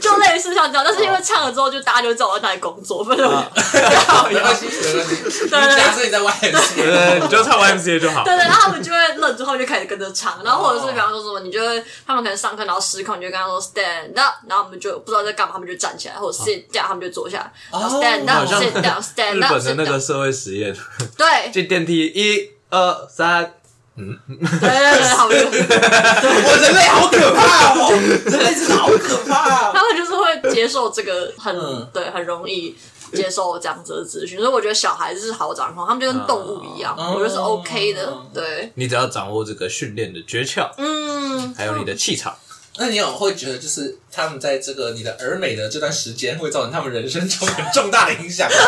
就类似像这样，但是因为唱了之后，就大家就知道我在哪里工作，不是嗯我，没关系，没关系。你假设你在 YMCA，呃，你就唱 Y M C A 就好。 对对，然后他们就会愣住，他们就开始跟着唱，哦然后或者是比方说什么，你就会他们可能上课然后失控，你就跟他说 stand up，然后我们就不知道在干嘛，他们就站起来，或者 sit down，他们就坐下来，然后 stand 哦好 up 像 sit down 日 stand up 本的 sit 那个 down，社会实验，对对进电梯，一二三，对对，好用。我人类好可怕哦，人类真的好可怕、哦他们就是会接受这个很、嗯对，很容易接受这样子的资讯，所以我觉得小孩子是好掌控，他们就跟动物一样，嗯我觉得是 OK 的嗯，对，你只要掌握这个训练的诀窍，嗯，还有你的气场，那你有会觉得，就是他们在这个你的儿美的这段时间，会造成他们人生中很重大的影响吗，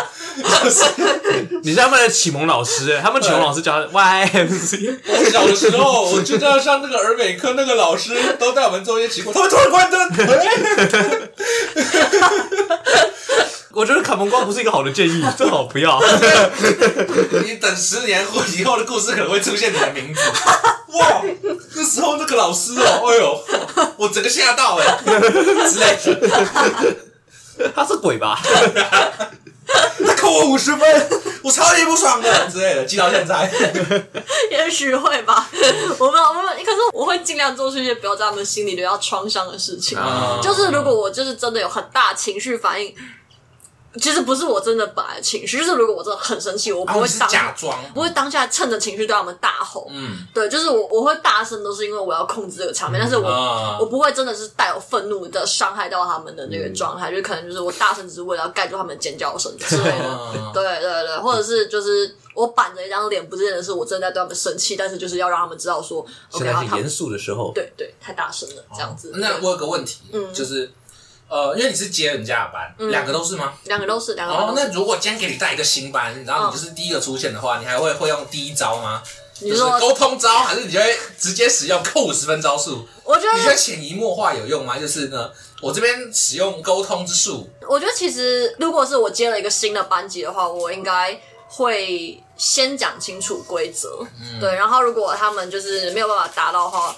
就是你是他们的启蒙老师哎，他们启蒙老师教 Y M C A。我小的时 候，我就这样上那个儿美课，那个老师都带我们做一些奇怪，他们突然关 灯，哎我觉得砍蒙瓜不是一个好的建议，最好不 要。你等十年后以后的故事可能会出现你的 名字。哇，那时候那个老师哦，哎呦，我整个吓到哎、之类的。他是鬼吧？他扣我五十分， 我超级不爽的之类的，记到现在。也许会吧，嗯我们我们可是我会尽量做出一些不要在他们心里留下创伤的事情，啊就是如果我就是真的有很大情绪反应。其实不是我真的本来情绪，就是如果我真的很生气，我不啊我会是当、假装，不会当下趁着情绪对他们大吼，嗯对，就是我我会大声，都是因为我要控制这个场面，但是我、啊我不会真的是带有愤怒的伤害到他们的那嗯个状态，就可能就是我大声只是为了要盖住他们的尖 叫声之类的。嗯，对对对，或者是就是我板着一张脸，不是真的是我真的在对他们生气，但是就是要让他们知道说现，OK 在啊，是他严们肃的时候，对对太大声了，这样子。哦嗯那对我有个问题，就是呃，因为你是接人家的班，嗯两个都是吗？两个都是两个哦，都是，那如果今天给你带一个新班，然后你就是第一个出现的话，你还会会用第一招吗？哦你就是说沟通招，还是你就会直接使用扣五十分招数？我觉你觉得得潜移默化有用吗？就是呢，我这边使用沟通之术，我觉得其实如果是我接了一个新的班级的话，我应该会先讲清楚规则，嗯对，然后如果他们就是没有办法达到的话，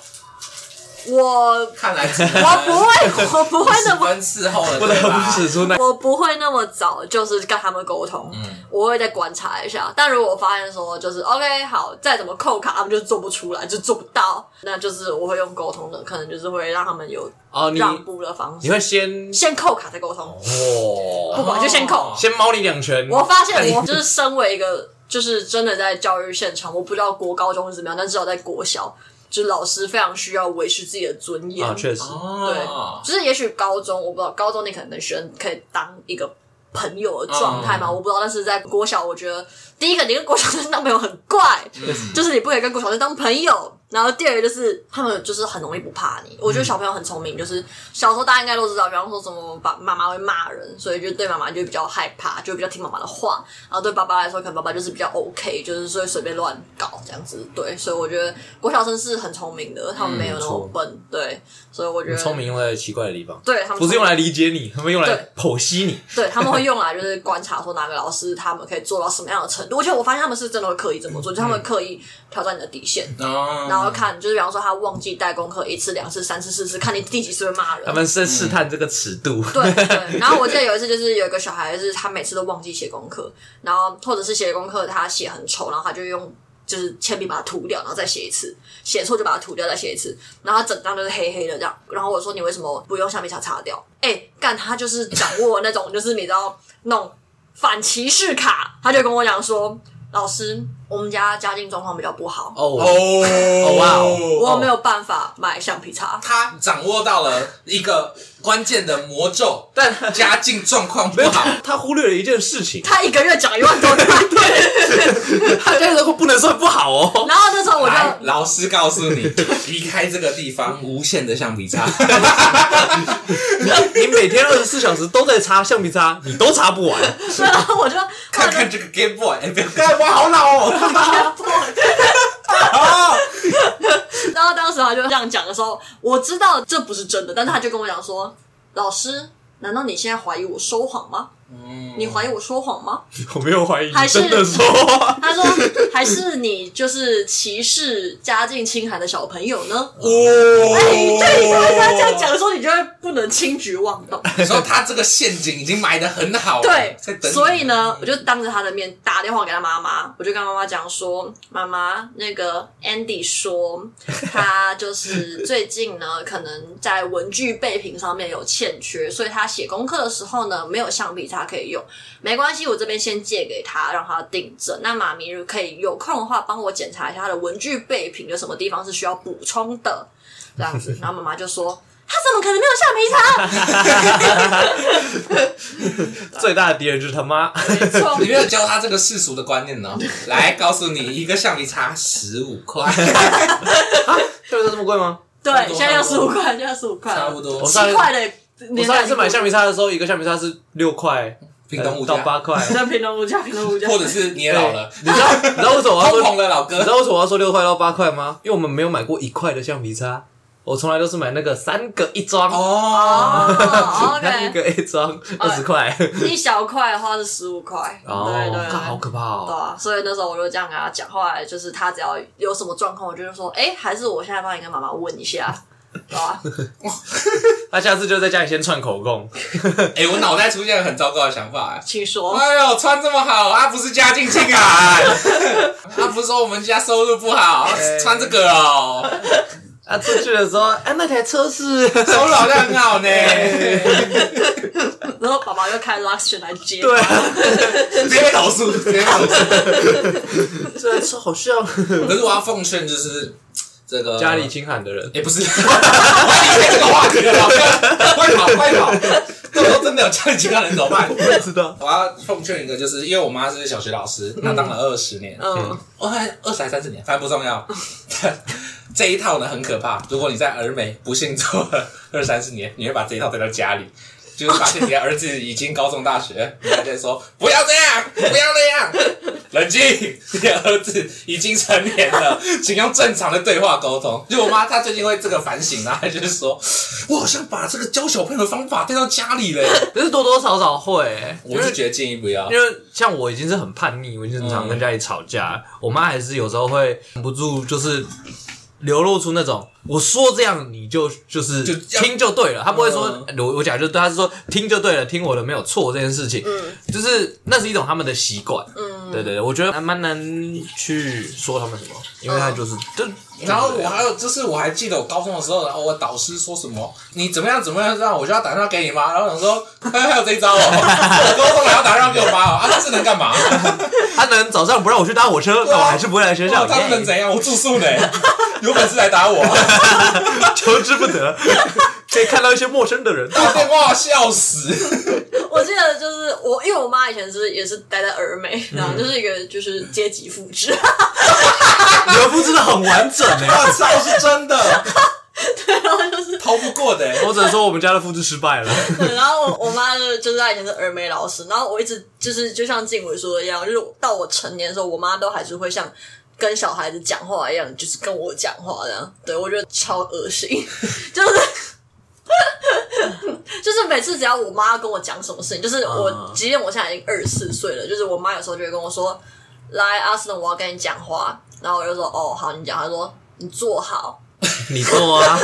我看来 我不会，我不会 那么，分伺候了，不得对吧不指出那我不会那么早就是跟他们沟通，嗯我会再观察一下。但如果我发现说就是 OK 好，再怎么扣卡他们就做不出来，就做不到，那就是我会用沟通的，可能就是会让他们有哦，你让步的方式，你会先先扣卡再沟通，哦，不管就先扣。先猫你两拳。我发现我看你啊就是身为一个，就是真的在教育现场，我不知道国高中是怎么样，但至少在国小，就是老师非常需要维持自己的尊严。啊，确实，哦对，就是也许高中我不知道，高中你可能跟学生可以当一个朋友的状态嘛，嗯我不知道。但是在国小，我觉得第一个你跟国小生当朋友很怪，就是你不可以跟国小生当朋友。然后第二个就是他们就是很容易不怕你。我觉得小朋友很聪明，就是小时候大家应该都知道，比方说什么爸妈妈会骂人，所以就对妈妈就比较害怕，就比较听妈妈的话。然后对爸爸来说，可能爸爸就是比较 OK，就是所以随便乱搞这样子。对，所以我觉得国小生是很聪明的，他们没有那种嗯笨。对，所以我觉得聪明用在奇怪的地方，对他们不是用来理解你，他们用来嗯对剖析你。对他们会用来就是观察说哪个老师他们可以做到什么样的程度，而且我发现他们是真的会刻意这么做，就是嗯他们刻意挑战你的底线，哦然后看就是比方说他忘记带功课一次、两次、三次、四次，看你第几次会骂人他。们是试探这个尺度，嗯对对，然后我记得有一次就是有一个小孩，就是他每次都忘记写功课，然后或者是写功课他写很丑，然后他就用就是铅笔把它涂掉，然后再写一次，写错就把它涂掉再写一次，然后他整张就是黑黑的这样。然后我说你为什么不用橡皮擦擦掉？哎、干他就是掌握那种就是你知道那种反歧视卡，他就跟我讲说。老师，我们家家境状况比较不好，哦，哦哇哦我没有办法买橡皮擦。他掌握到了一个关键的魔咒，但家境状况不没有好，他忽略了一件事情，他一个月讲一万多块，他家如果不能算不好哦，然后那时候我来，就老师告诉 你，离开这个地方，无限的橡皮擦。 你每天二十四小时都在擦橡皮擦，你都擦不完。然后我就看看这个 Game Boy，哎，不要看，我好老哦。 然后当时他就这样讲的时候，我知道这不是真的，但是他就跟我讲说：“老师，难道你现在怀疑我说谎吗？你怀疑我说谎吗我没有怀疑还你是真的 说？”，他说：“还是你就是歧视家境清寒的小朋友呢？”哦哎， 对，因为他这样讲的时候，你就会不能轻举妄动。你说他这个陷阱已经埋的很好了，对哦在等，你所以呢，我就当着他的面打电话给他妈妈，我就跟妈妈讲说：“妈妈，那个 Andy 说，他就是最近呢，可能在文具备品上面有欠缺，所以他写功课的时候呢，没有橡皮擦可以用。没关系，我这边先借给他，让他订正。那妈咪如果可以有空的话，帮我检查一下他的文具备品有什么地方是需要补充的，这样子。”然后妈妈就说。他怎么可能没有橡皮擦？ 最大的敌人就是他妈。没错你没有教他这个世俗的观念 呢。来，告诉你，一个橡皮擦十五块，橡皮擦这么贵吗？差对，不多现在要十五块，现在十五块，差不多我。上七块的我年上代一次买橡皮擦的时候，一个橡皮擦是六块，平东物呃到价，八块。那平等物价，平等物价，或者是你也老了，你知道你知道为什么我要通膨说了，老你知哥。道为什么我要说六块到八块吗？因为我们没有买过一块的橡皮擦，我从来都是买那个三个一装， 哦，哦三，OK，个一装二十 块。一小块的话是十五块，哦对，对看好对。可怕对哦！啊，所以那时候我就这样跟他讲，后来就是他只要有什么状况，我就说，哎、还是我现在帮你跟妈妈问一下， 对吧、他下次就在家里先串口供，哎，我脑袋出现了很糟糕的想法，哎请说，哎呦，穿这么好，啊，不是家境清 寒，啊，不是说我们家收入不好，啊穿这个哦，啊，出去的时候， 啊，那台车是，收入好像很好呢。然后爸爸又开 Luxion 来接，对，啊，直接被投诉，直接被投诉。 这台车好像可是我要奉劝，就是这个家里清寒的人， 也不是，我要离开这个话题了，老哥，快跑快跑！到时候真的有家里其他人怎么办？不知道。我要奉劝一个，就是因为我妈是小学老师，她当了二十年，嗯，我还哦二十还三十年，反正不重要。 这一套呢很可怕，如果你在儿美不幸做了二三十年，你会把这一套带到家里，就是发现你的儿子已经高中大学，你还在说不要这样，不要那样，冷静，你的儿子已经成年了，请用正常的对话沟通。就我妈她最近会这个反省啊，她就是说我好像把这个教小朋友的方法带到家里了， 可是多多少少会、欸，因我是为觉得建议不要因。为像我已经是很叛逆，我已经很嗯常跟家里吵架，我妈还是有时候会忍不住就是流露出那种我说这样你就就是就要听就对了，她不会说、嗯呃我我讲就对，她是说听就对了，听我的没有错这件事情，嗯就是那是一种他们的习惯，嗯，对对对，我觉得还蛮难去说他们什么，因为他就是、就嗯然后我还有就是，我还记得我高中的时候，然后我导师说什么，你怎么样怎么样，让我就要打电话给你妈。然后我想说，哎还有这一招哦， 我高中还要打电话给我妈哦，啊，那是能干嘛？他能早上不让我去搭火车，那我还是不会来学校，他们能耶怎样？我住宿呢， 有本事来打我，啊求之不得， 可以看到一些陌生的 人，打电话笑死。我记得就是我，因为我妈以前是也是待在儿美，然后就是一个就是阶级复制，你们复制的很完整哎、我操，是真的，逃不过的。我只能说我们家的复制失败了。然后我我妈就是就是她以前是儿美老师，然后我一直就是就像静伟说的一样，就是到我成年的时候，我妈都还是会像跟小孩子讲话一样，就是跟我讲话这样。对我觉得超恶心， 就是。就是每次只要我妈跟我讲什么事情，就是我，即便我现在已经二十四岁了，就是我妈有时候就会跟我说：“来，阿斯顿，我要跟你讲话。”然后我就说：“哦，好，你讲。”她说：“你坐好， 你做啊，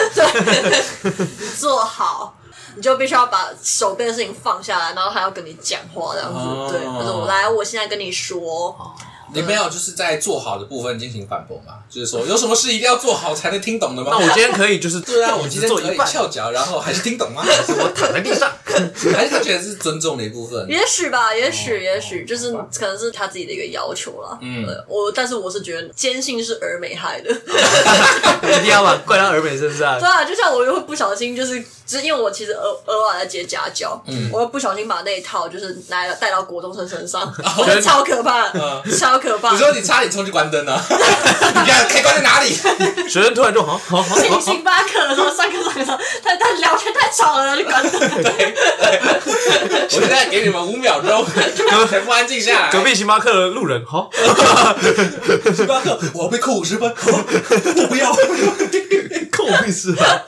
做好，你就必须要把手边的事情放下来，然后他要跟你讲话这样子。哦对，他说：“我来，我现在跟你说，你没有就是在做好的部分进行反驳嘛？就是说有什么事一定要做好才能听懂的吗那？我今天可以就是对啊，我今天做可一以半，翘脚，然后还是听懂吗？还是我躺在地上，还是他觉得是尊重的一部分？也许吧，也许，也许就是可能是他自己的一个要求啦。嗯，我但是我是觉得坚信是儿美害的。哦一定要把怪到耳美身上 对。啊，就像我又会不小心，就是就是因为我其实额额外在接家教，嗯我会不小心把那一套就是拿来带到国中生身 上，我觉得超可怕，超可怕嗯你。说你差点冲去关灯啊！ 你看开关在哪里？学生突然就好好好，进星巴克的时候，上课上课上课，太太聊天太吵了，就关灯。我现在给你们五 秒钟，全部安静下来。隔壁星巴克的路人 好，星巴克，我要被扣五十分，我不 要。扣我屁事啊！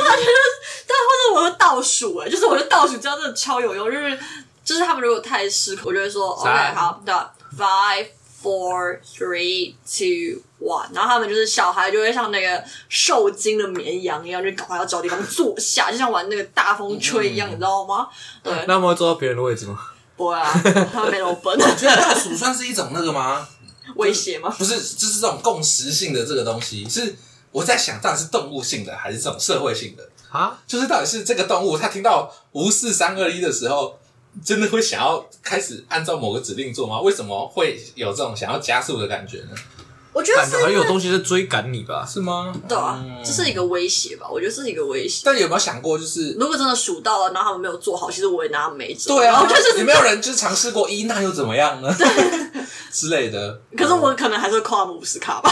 但或者我会倒数哎、就是我的倒数这样真的超有用，就是就是他们如果太失控，我就会说 OK 好，对，five 啊 four three two one，然后他们就是小孩就会像那个受惊的绵羊一样，就赶快要找地方坐下，就像玩那个大风吹一嗯样，你知道吗？对，那么坐到别人的位置吗？不会啊，他们没那么笨，觉得倒数算是一种那个吗？威胁吗？不是，就是这种共识性的这个东西，是我在想，到底是动物性的还是这种社会性的？啊，就是到底是这个动物，它听到无视三二一的时候，真的会想要开始按照某个指令做吗？为什么会有这种想要加速的感觉呢？我觉得感觉是好像因有为东西在追赶你吧？是吗？对啊，嗯这是一个威胁吧？我觉得这是一个威胁。但有没有想过，就是如果真的数到了，然后他们没有做好，其实我也拿他们没辙。对然啊后就是，也没有人就是尝试过一，那又怎么样呢？ 之类的。可是我可能还是会扣他们五十卡吧，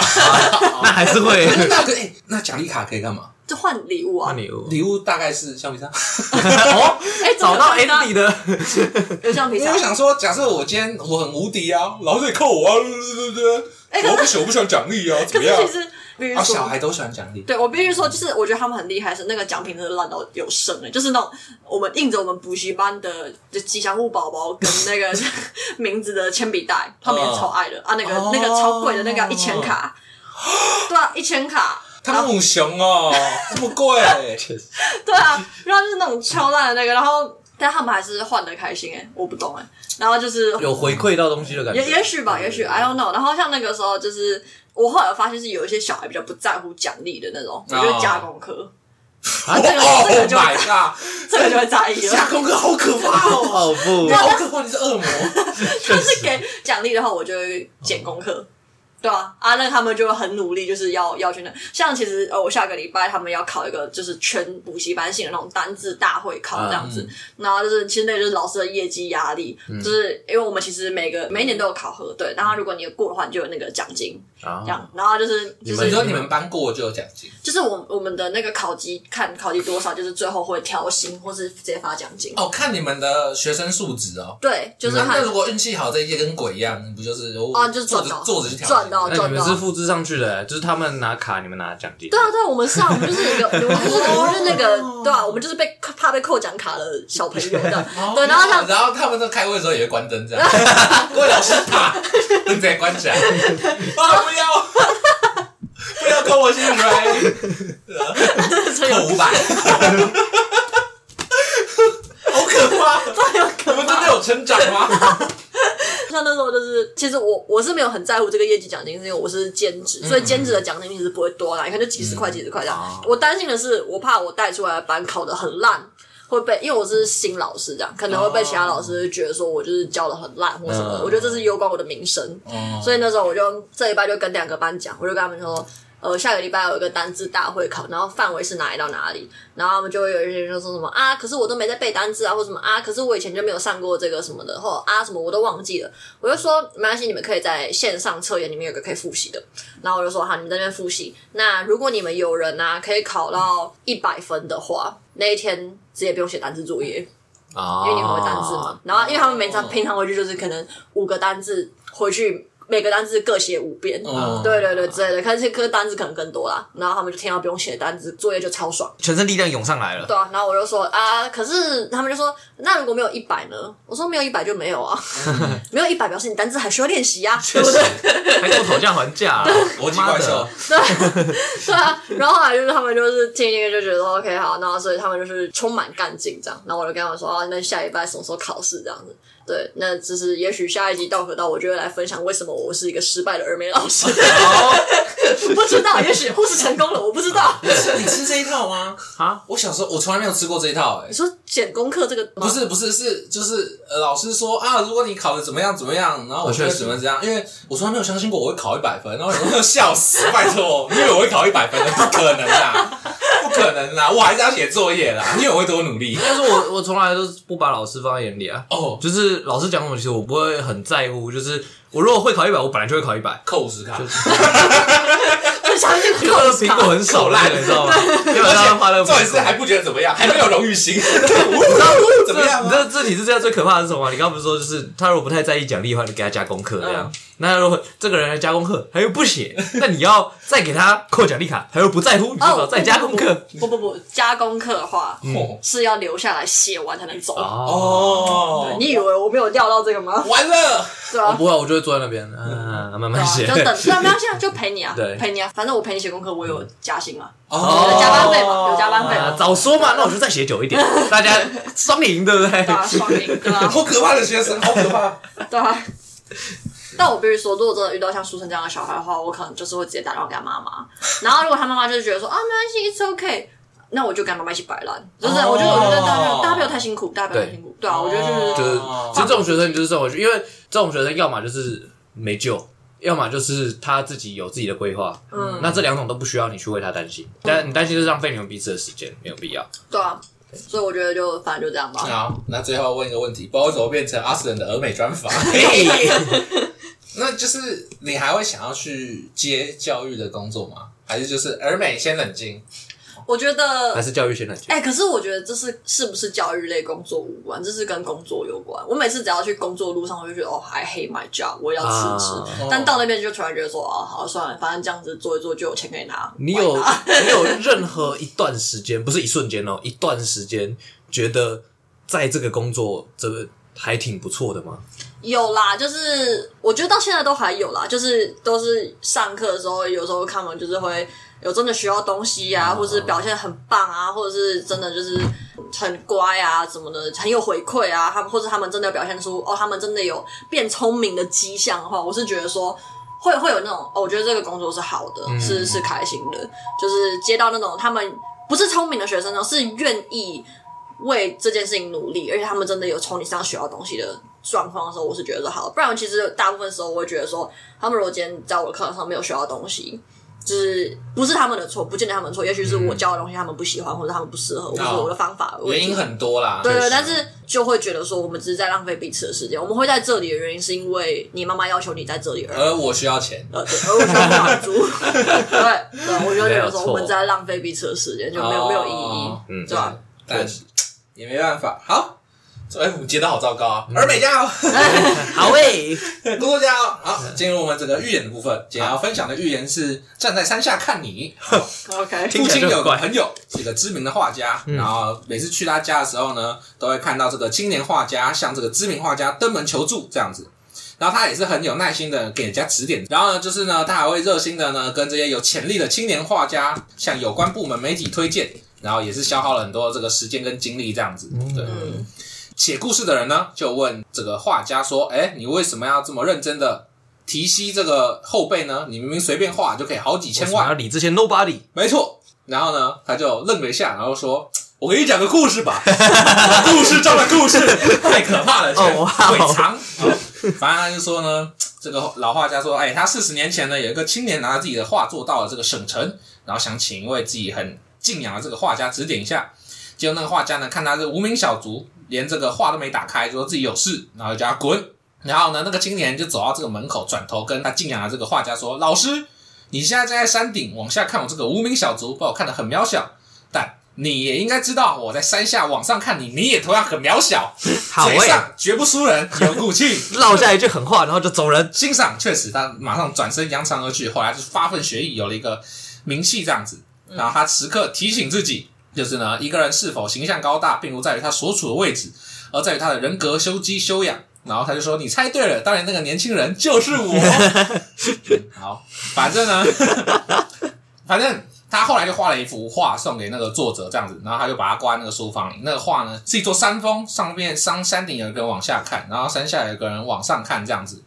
那还是 会那 那个哎，那奖励卡可以干嘛？就换礼物啊换。礼物礼物大概是橡皮擦。哦，哎，找到怎么办 Andy 的，有橡 皮因擦为我。想说，假设我今天我很无敌啊，老师也扣我啊，对对对哎对，我不喜我不喜欢奖励啊，怎可么是样？其实，比如啊，小说，孩都喜欢奖励，对我必须说，就是我觉得他们很厉害，是那个奖品真的烂到有剩了，就是那种我们印着我们补习班的就吉祥物宝宝跟那 个名字的铅笔袋，他们也超爱的啊，那个哦那个超贵的那个一千卡，对啊，一千卡。他们母熊 哦，这么贵，对啊，然后就是那种超烂的那个，然后但他们还是换的开心哎、我不懂哎、然后就是有回馈到东西的感也觉。也许吧，也许 I don't know。然后像那个时候，就是我后来发现是有一些小孩比较不在乎奖励的那种，我觉啊得加功课，哦这个这个 ，Oh 就 my god，这个就会在意下了。功课好可 怕哦，哦不 你，好可怕，你是恶魔，但是给奖励的话，我就会减功课。对啊，啊，那他们就会很努力，就是要要去那。像其实呃，我下个礼拜他们要考一个就是全补习班性的那种单字大会考这啊样子，嗯然后就是其实那个就是老师的业绩压力，就是因为我们其实每个每一年都有考核，对，然后如果你有过的话，你就有那个奖金，啊这样，然后就是就你是说你们班过就有奖金，就是我我们的那个考级看考级多少，就是最后会调薪或是直接发奖金。哦，看你们的学生素质哦。对，就是那看那如果运气好，这一届跟鬼一样，不就是哦啊，就是坐赚着到坐着去调赚整到那赚你到们。是复制上去的，就是他们拿卡，你们拿奖金。对啊，对啊，我们是啊，我们就是 一个，我们就是我们就是那个，对啊，我们就是被怕被扣奖卡的小朋友这样。哦对，然后像然后他们在开会的时候也会关灯，这样。 各位老师打，灯直接关起来。啊，不要，不要扣我薪 水，扣五百。 好可怕！你们真的有成长吗？ 像那时候就是，其实我我是没有很在乎这个业绩奖金，是因为我是兼职，所以兼职的奖金其实不会多啦，你看就几十块、几十块这样。我担心的是，我怕我带出来的班考的很烂，会被因为我是新老师这样，可能会被其他老师觉得说我就是教的很烂或什么的。嗯我觉得这是攸关我的名声，哦所以那时候我就这礼拜就跟两个班讲，我就跟他们说。呃，下个礼拜有一个单字大会考，然后范围是哪里到哪里，然后他们就会有一些人就说什么啊，可是我都没在背单字啊，或什么啊，可是我以前就没有上过这个什么的，或啊什么我都忘记了。我就说啊没关系，你们可以在线上测验里面有个可以复习的。然后我就说好，你们在那边复习。那如果你们有人啊可以考到一百分的话，那一天直接不用写单字作业，啊因为你会单字哦嘛。然后因为他们平常平常回去就是可能五个单字回去。每个单字各写五遍，哦 对对对之类的，可是个单字可能更多啦。然后他们就听到不用写单字，作业就超爽。全身力量涌上来了。对啊，然后我就说啊，可是他们就说，那如果没有一百呢？我说没有一百就没有啊，没有一百表示你单字还需要练习啊，对 不对？还跟我讨价还价啊，逻辑怪兽，对啊，然后后来就是他们就是听一个就觉得 OK 好，然后所以他们就是充满干劲这样，然后我就跟他们说啊，那下礼拜什么时候考试这样子，对，那就是也许下一集道可道，我就会来分享为什么我是一个失败的耳美老师。哦 不知道，也许护士成功了，我不知道。你吃这一套吗？啊，我小时候我从来没有吃过这一套、哎你，说剪功课这个吗不是不是是就是、呃、老师说啊，如果你考的怎么样怎么样，然后我哦觉得确实怎么样怎么样，因为我从来没有相信过我会考一百分，然后我就笑死，拜托，你以为我会考一百分的？不可能啦，不可能啦，我还是要写作业啦，你以为我会多努力？但是我我从来都不把老师放在眼里啊。哦，就是老师讲什么，其实我不会很在乎。就是我如果会考一百，我本来就会考一百。扣五十卡，不相信因为苹果很少烂，你知 道吗？基本上花了。重点是还不觉得怎么样，还没有荣 誉心，怎么样你啊知？道这题是这样最可怕的是什么吗？你刚刚不是说，就是他如果不太在意奖励的话，你给他加功课这样。那如果这个人还加功课，他又不写，那你要再给他扣奖励卡，他又不在乎，你就要哦，再加功课。不不不，加功课的话嗯哦是要留下来写完才能走。哦，哦，你以为我没有料到这个吗？完了，对我啊，哦不会，我就会坐在那边，嗯，慢对慢啊，写 就。等，那没关系啊，就陪你啊对，嗯陪你啊，反正我陪你写功课，我有加薪嘛，哦有加班费嘛，有 加班费啊，嘛，早说嘛，那我就再写久一点，大家双赢，对不 对？对啊，双赢，对 啊，好可怕的学生，好可怕！对啊。但我必须说，如果真的遇到像书生这样的小孩的话，我可能就是会直接打电话给他妈妈。然后如果他妈妈就是觉得说啊，没关系，it's okay，那我就跟他妈妈一起摆烂。就是哦我觉得，我觉得大家大家不要太辛苦，大家不要太辛苦。对啊，我觉得就就是是哦就这种学生就是这种，因为这种学生要么就是没救，要么就是他自己有自己的规划。嗯，那这两种都不需要你去为他担心，但你担心就是浪费你们彼此的时间，没有必要。对啊。所以我觉得就反正就这样吧。嗯好，那最后问一个问题，不知道为什么变成阿斯人的俄美专访。 那就是你还会想要去接教育的工作吗？还是就是俄美先冷静？我觉得还是教育先来决定。哎、可是我觉得这是是不是教育类工作无关，这是跟工作有关。我每次只要去工作路上，我就觉得哦，I hate my job，我要辞职。啊但到那边就突然觉得说，哦，好算了，反正这样子做一做就有钱可以拿。你有 你有任何一段时间，不是一瞬间哦，一段时间觉得在这个工作这个还挺不错的吗？有啦，就是我觉得到现在都还有啦，就是都是上课的时候，有时候看们就是会有真的学到东西啊，或是表现很棒啊，或者是真的就是很乖啊什么的，很有回馈啊，他们或者他们真的表现出哦，他们真的有变聪明的迹象的话，我是觉得说。会会有那种哦，我觉得这个工作是好的，是是开心的，就是接到那种他们不是聪明的学生哦，是愿意为这件事情努力，而且他们真的有从你身上学到东西的状况的时候，我是觉得说好。不然其实大部分时候我会觉得说，他们如果今天在我的课堂上没有学到东西，就是不是他们的错，不见得他们的错，也许是我教的东西他们不喜欢，或者他们不适合，或者是我的方法的嗯问哦原题因很多啦，对确对，实但是就会觉得说，我们只是在浪费彼此的时间。我们会在这里的原因，是因为你妈妈要求你在这里而而我需要钱，呃，对，而我觉得满 足，对对，我觉得没有有时候错我们在浪费彼此的时间，就没有、没有意义哦，嗯对吧？但是也没办法。好，哎，我们接的好糟糕啊！俄美加油， 好欸诶、工作加油！好，进入我们这个预言的部分。今天要分享的预言是站在山下看你。 OK，父起来亲就很有个怪嗯朋友是一个知名的画家，然后每次去他家的时候呢，都会看到这个青年画家向这个知名画家登门求助这样子。然后他也是很有耐心的给人家指点，然后呢，就是呢，他还会热心的呢跟这些有潜力的青年画家向有关部门媒体推荐，然后也是消耗了很多这个时间跟精力这样子。嗯对，嗯写故事的人呢就问这个画家说：“哎，你为什么要这么认真的提携这个后辈呢？你明明随便画就可以好几千千万万要，理这些 nobody。没错。然后呢，他就愣了一下，然后说：“我给你讲个故事吧， 故事中的故事，太可怕了，哦哇哦鬼藏。好”反正他就说呢，这个老画家说：“哎，他四十年前呢，有一个青年拿着自己的画作到了这个省城，然后想请一位自己很敬仰的这个画家指点一下。结果那个画家呢，看他是无名小卒，连这个画都没打开，说自己有事，然后就叫他滚。然后呢，那个青年就走到这个门口，转头跟他敬仰的这个画家说：‘老师，你现在站在山顶往下看我这个无名小卒，把我看得很渺小，但你也应该知道，我在山下往上看你，你也同样很渺小，好欸嘴 诶、上绝不输人，有骨气。 落下一句狠话，然后就走人。欣赏确实，他马上转身扬长而去，后来就是发奋学艺，有了一个名气这样子。然后他时刻提醒自己，就是呢，一个人是否形象高大，并不在于他所处的位置，而在于他的人格、修机、修养。然后他就说：“你猜对了，当年那个年轻人 就是我。” 好，反正呢，反正他后来就画了一幅画送给那个作者，这样子，然后他就把它挂在那个书房里。那个画呢是一座山峰，上面山山顶有一个人往下看，然后山下有一个人往上看，这样子。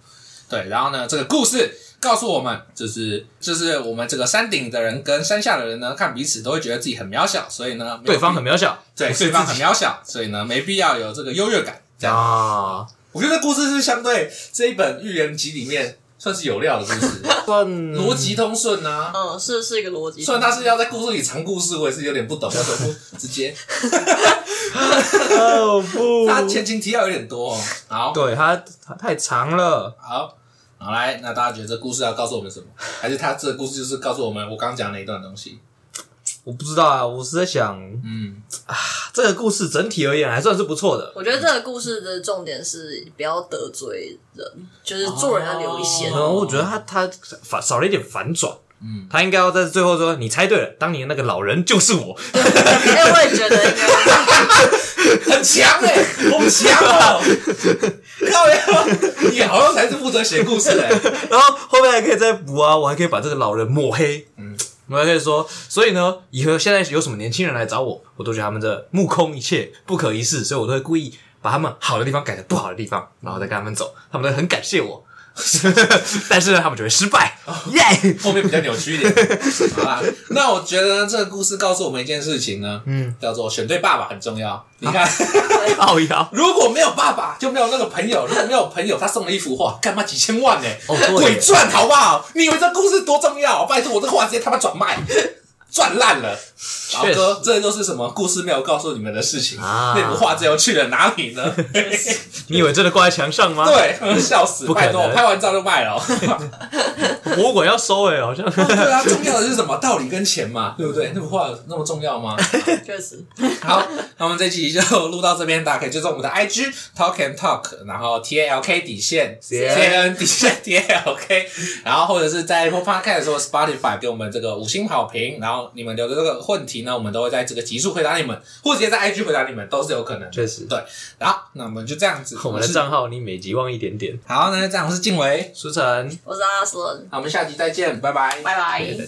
对，然后呢，这个故事告诉我们，就是 就是我们这个山顶的人跟山下的人呢，看彼此都会觉得自己很渺小，所以呢，没有对方必很渺小对对方很渺小，所以呢，没必要有这个优越感。这样，啊，我觉得故事是相对这一本寓言集里面算是有料的故 事，算逻辑通顺啊，嗯，是是一个逻辑。虽然他是要在故事里藏故事，我也是有点不懂，为什么 不直接？不他前情提要有点多哦。好，对他他太长了，好，好来，那大家觉得这故事要告诉我们什么？还是他这个故事就是告诉我们我刚讲那一段东西？我不知道啊，我是在想嗯，这个故事整体而言还算是不错的。我觉得这个故事的重点是不要得罪人，就是做人要留一线。然后我觉得他他反少了一点反转，嗯，他应该要在最后说你猜对了，当年那个老人就是我，哎、我也觉得应该。很强哎、 我们强哦！靠呀，你好像才是负责写故事的、欸。然后后面还可以再补啊，我还可以把这个老人抹黑，嗯，我还可以说，所以呢，以后现在有什么年轻人来找我，我都觉得他们这目空一切，不可一世，所以我都会故意把他们好的地方改成不好的地方，然后再跟他们走，他们都很感谢我， 但是呢，他们就会失败，耶、 后面比较扭曲一点。 好啦，那我觉得这个故事告诉我们一件事情呢，嗯，叫做选对爸爸很重要。你看。 傲摇，如果没有爸爸，就没有那个朋友；如果没有朋友，他送了一幅画，干嘛几千万呢、哦对鬼赚好不好？你以为这故事多重要？拜托，我这画直接他妈转卖， 赚烂了。老实哥，这就是什么故事没有告诉你们的事情？啊那幅画最后去了哪里呢？你以为真的挂在墙上吗？， 对，笑死！不可拜能托，我拍完照就卖 了。博物馆要收哎、好像对啊，重要的是什么？道理跟钱嘛，对不对？那幅画有那么重要吗？确实，好，那我们这期就录到这边，大家可以追踪我们的 IG Talk and Talk，然后 T A L K 底线 C N 底线 T A L K，然后或者是在 Apple Podcast 或 Spotify 给我们这个五星好评，然后你们留的这个问题呢，我们都会在这个集数回答你们，或者直接在 IG 回答你们，都是有可能的。确实，好，那我们就这样子，我们的是账号你每集忘一点点，好，那就这样，我是静维，舒晨。我是阿斯伦，好，我们下集再见，拜拜拜拜。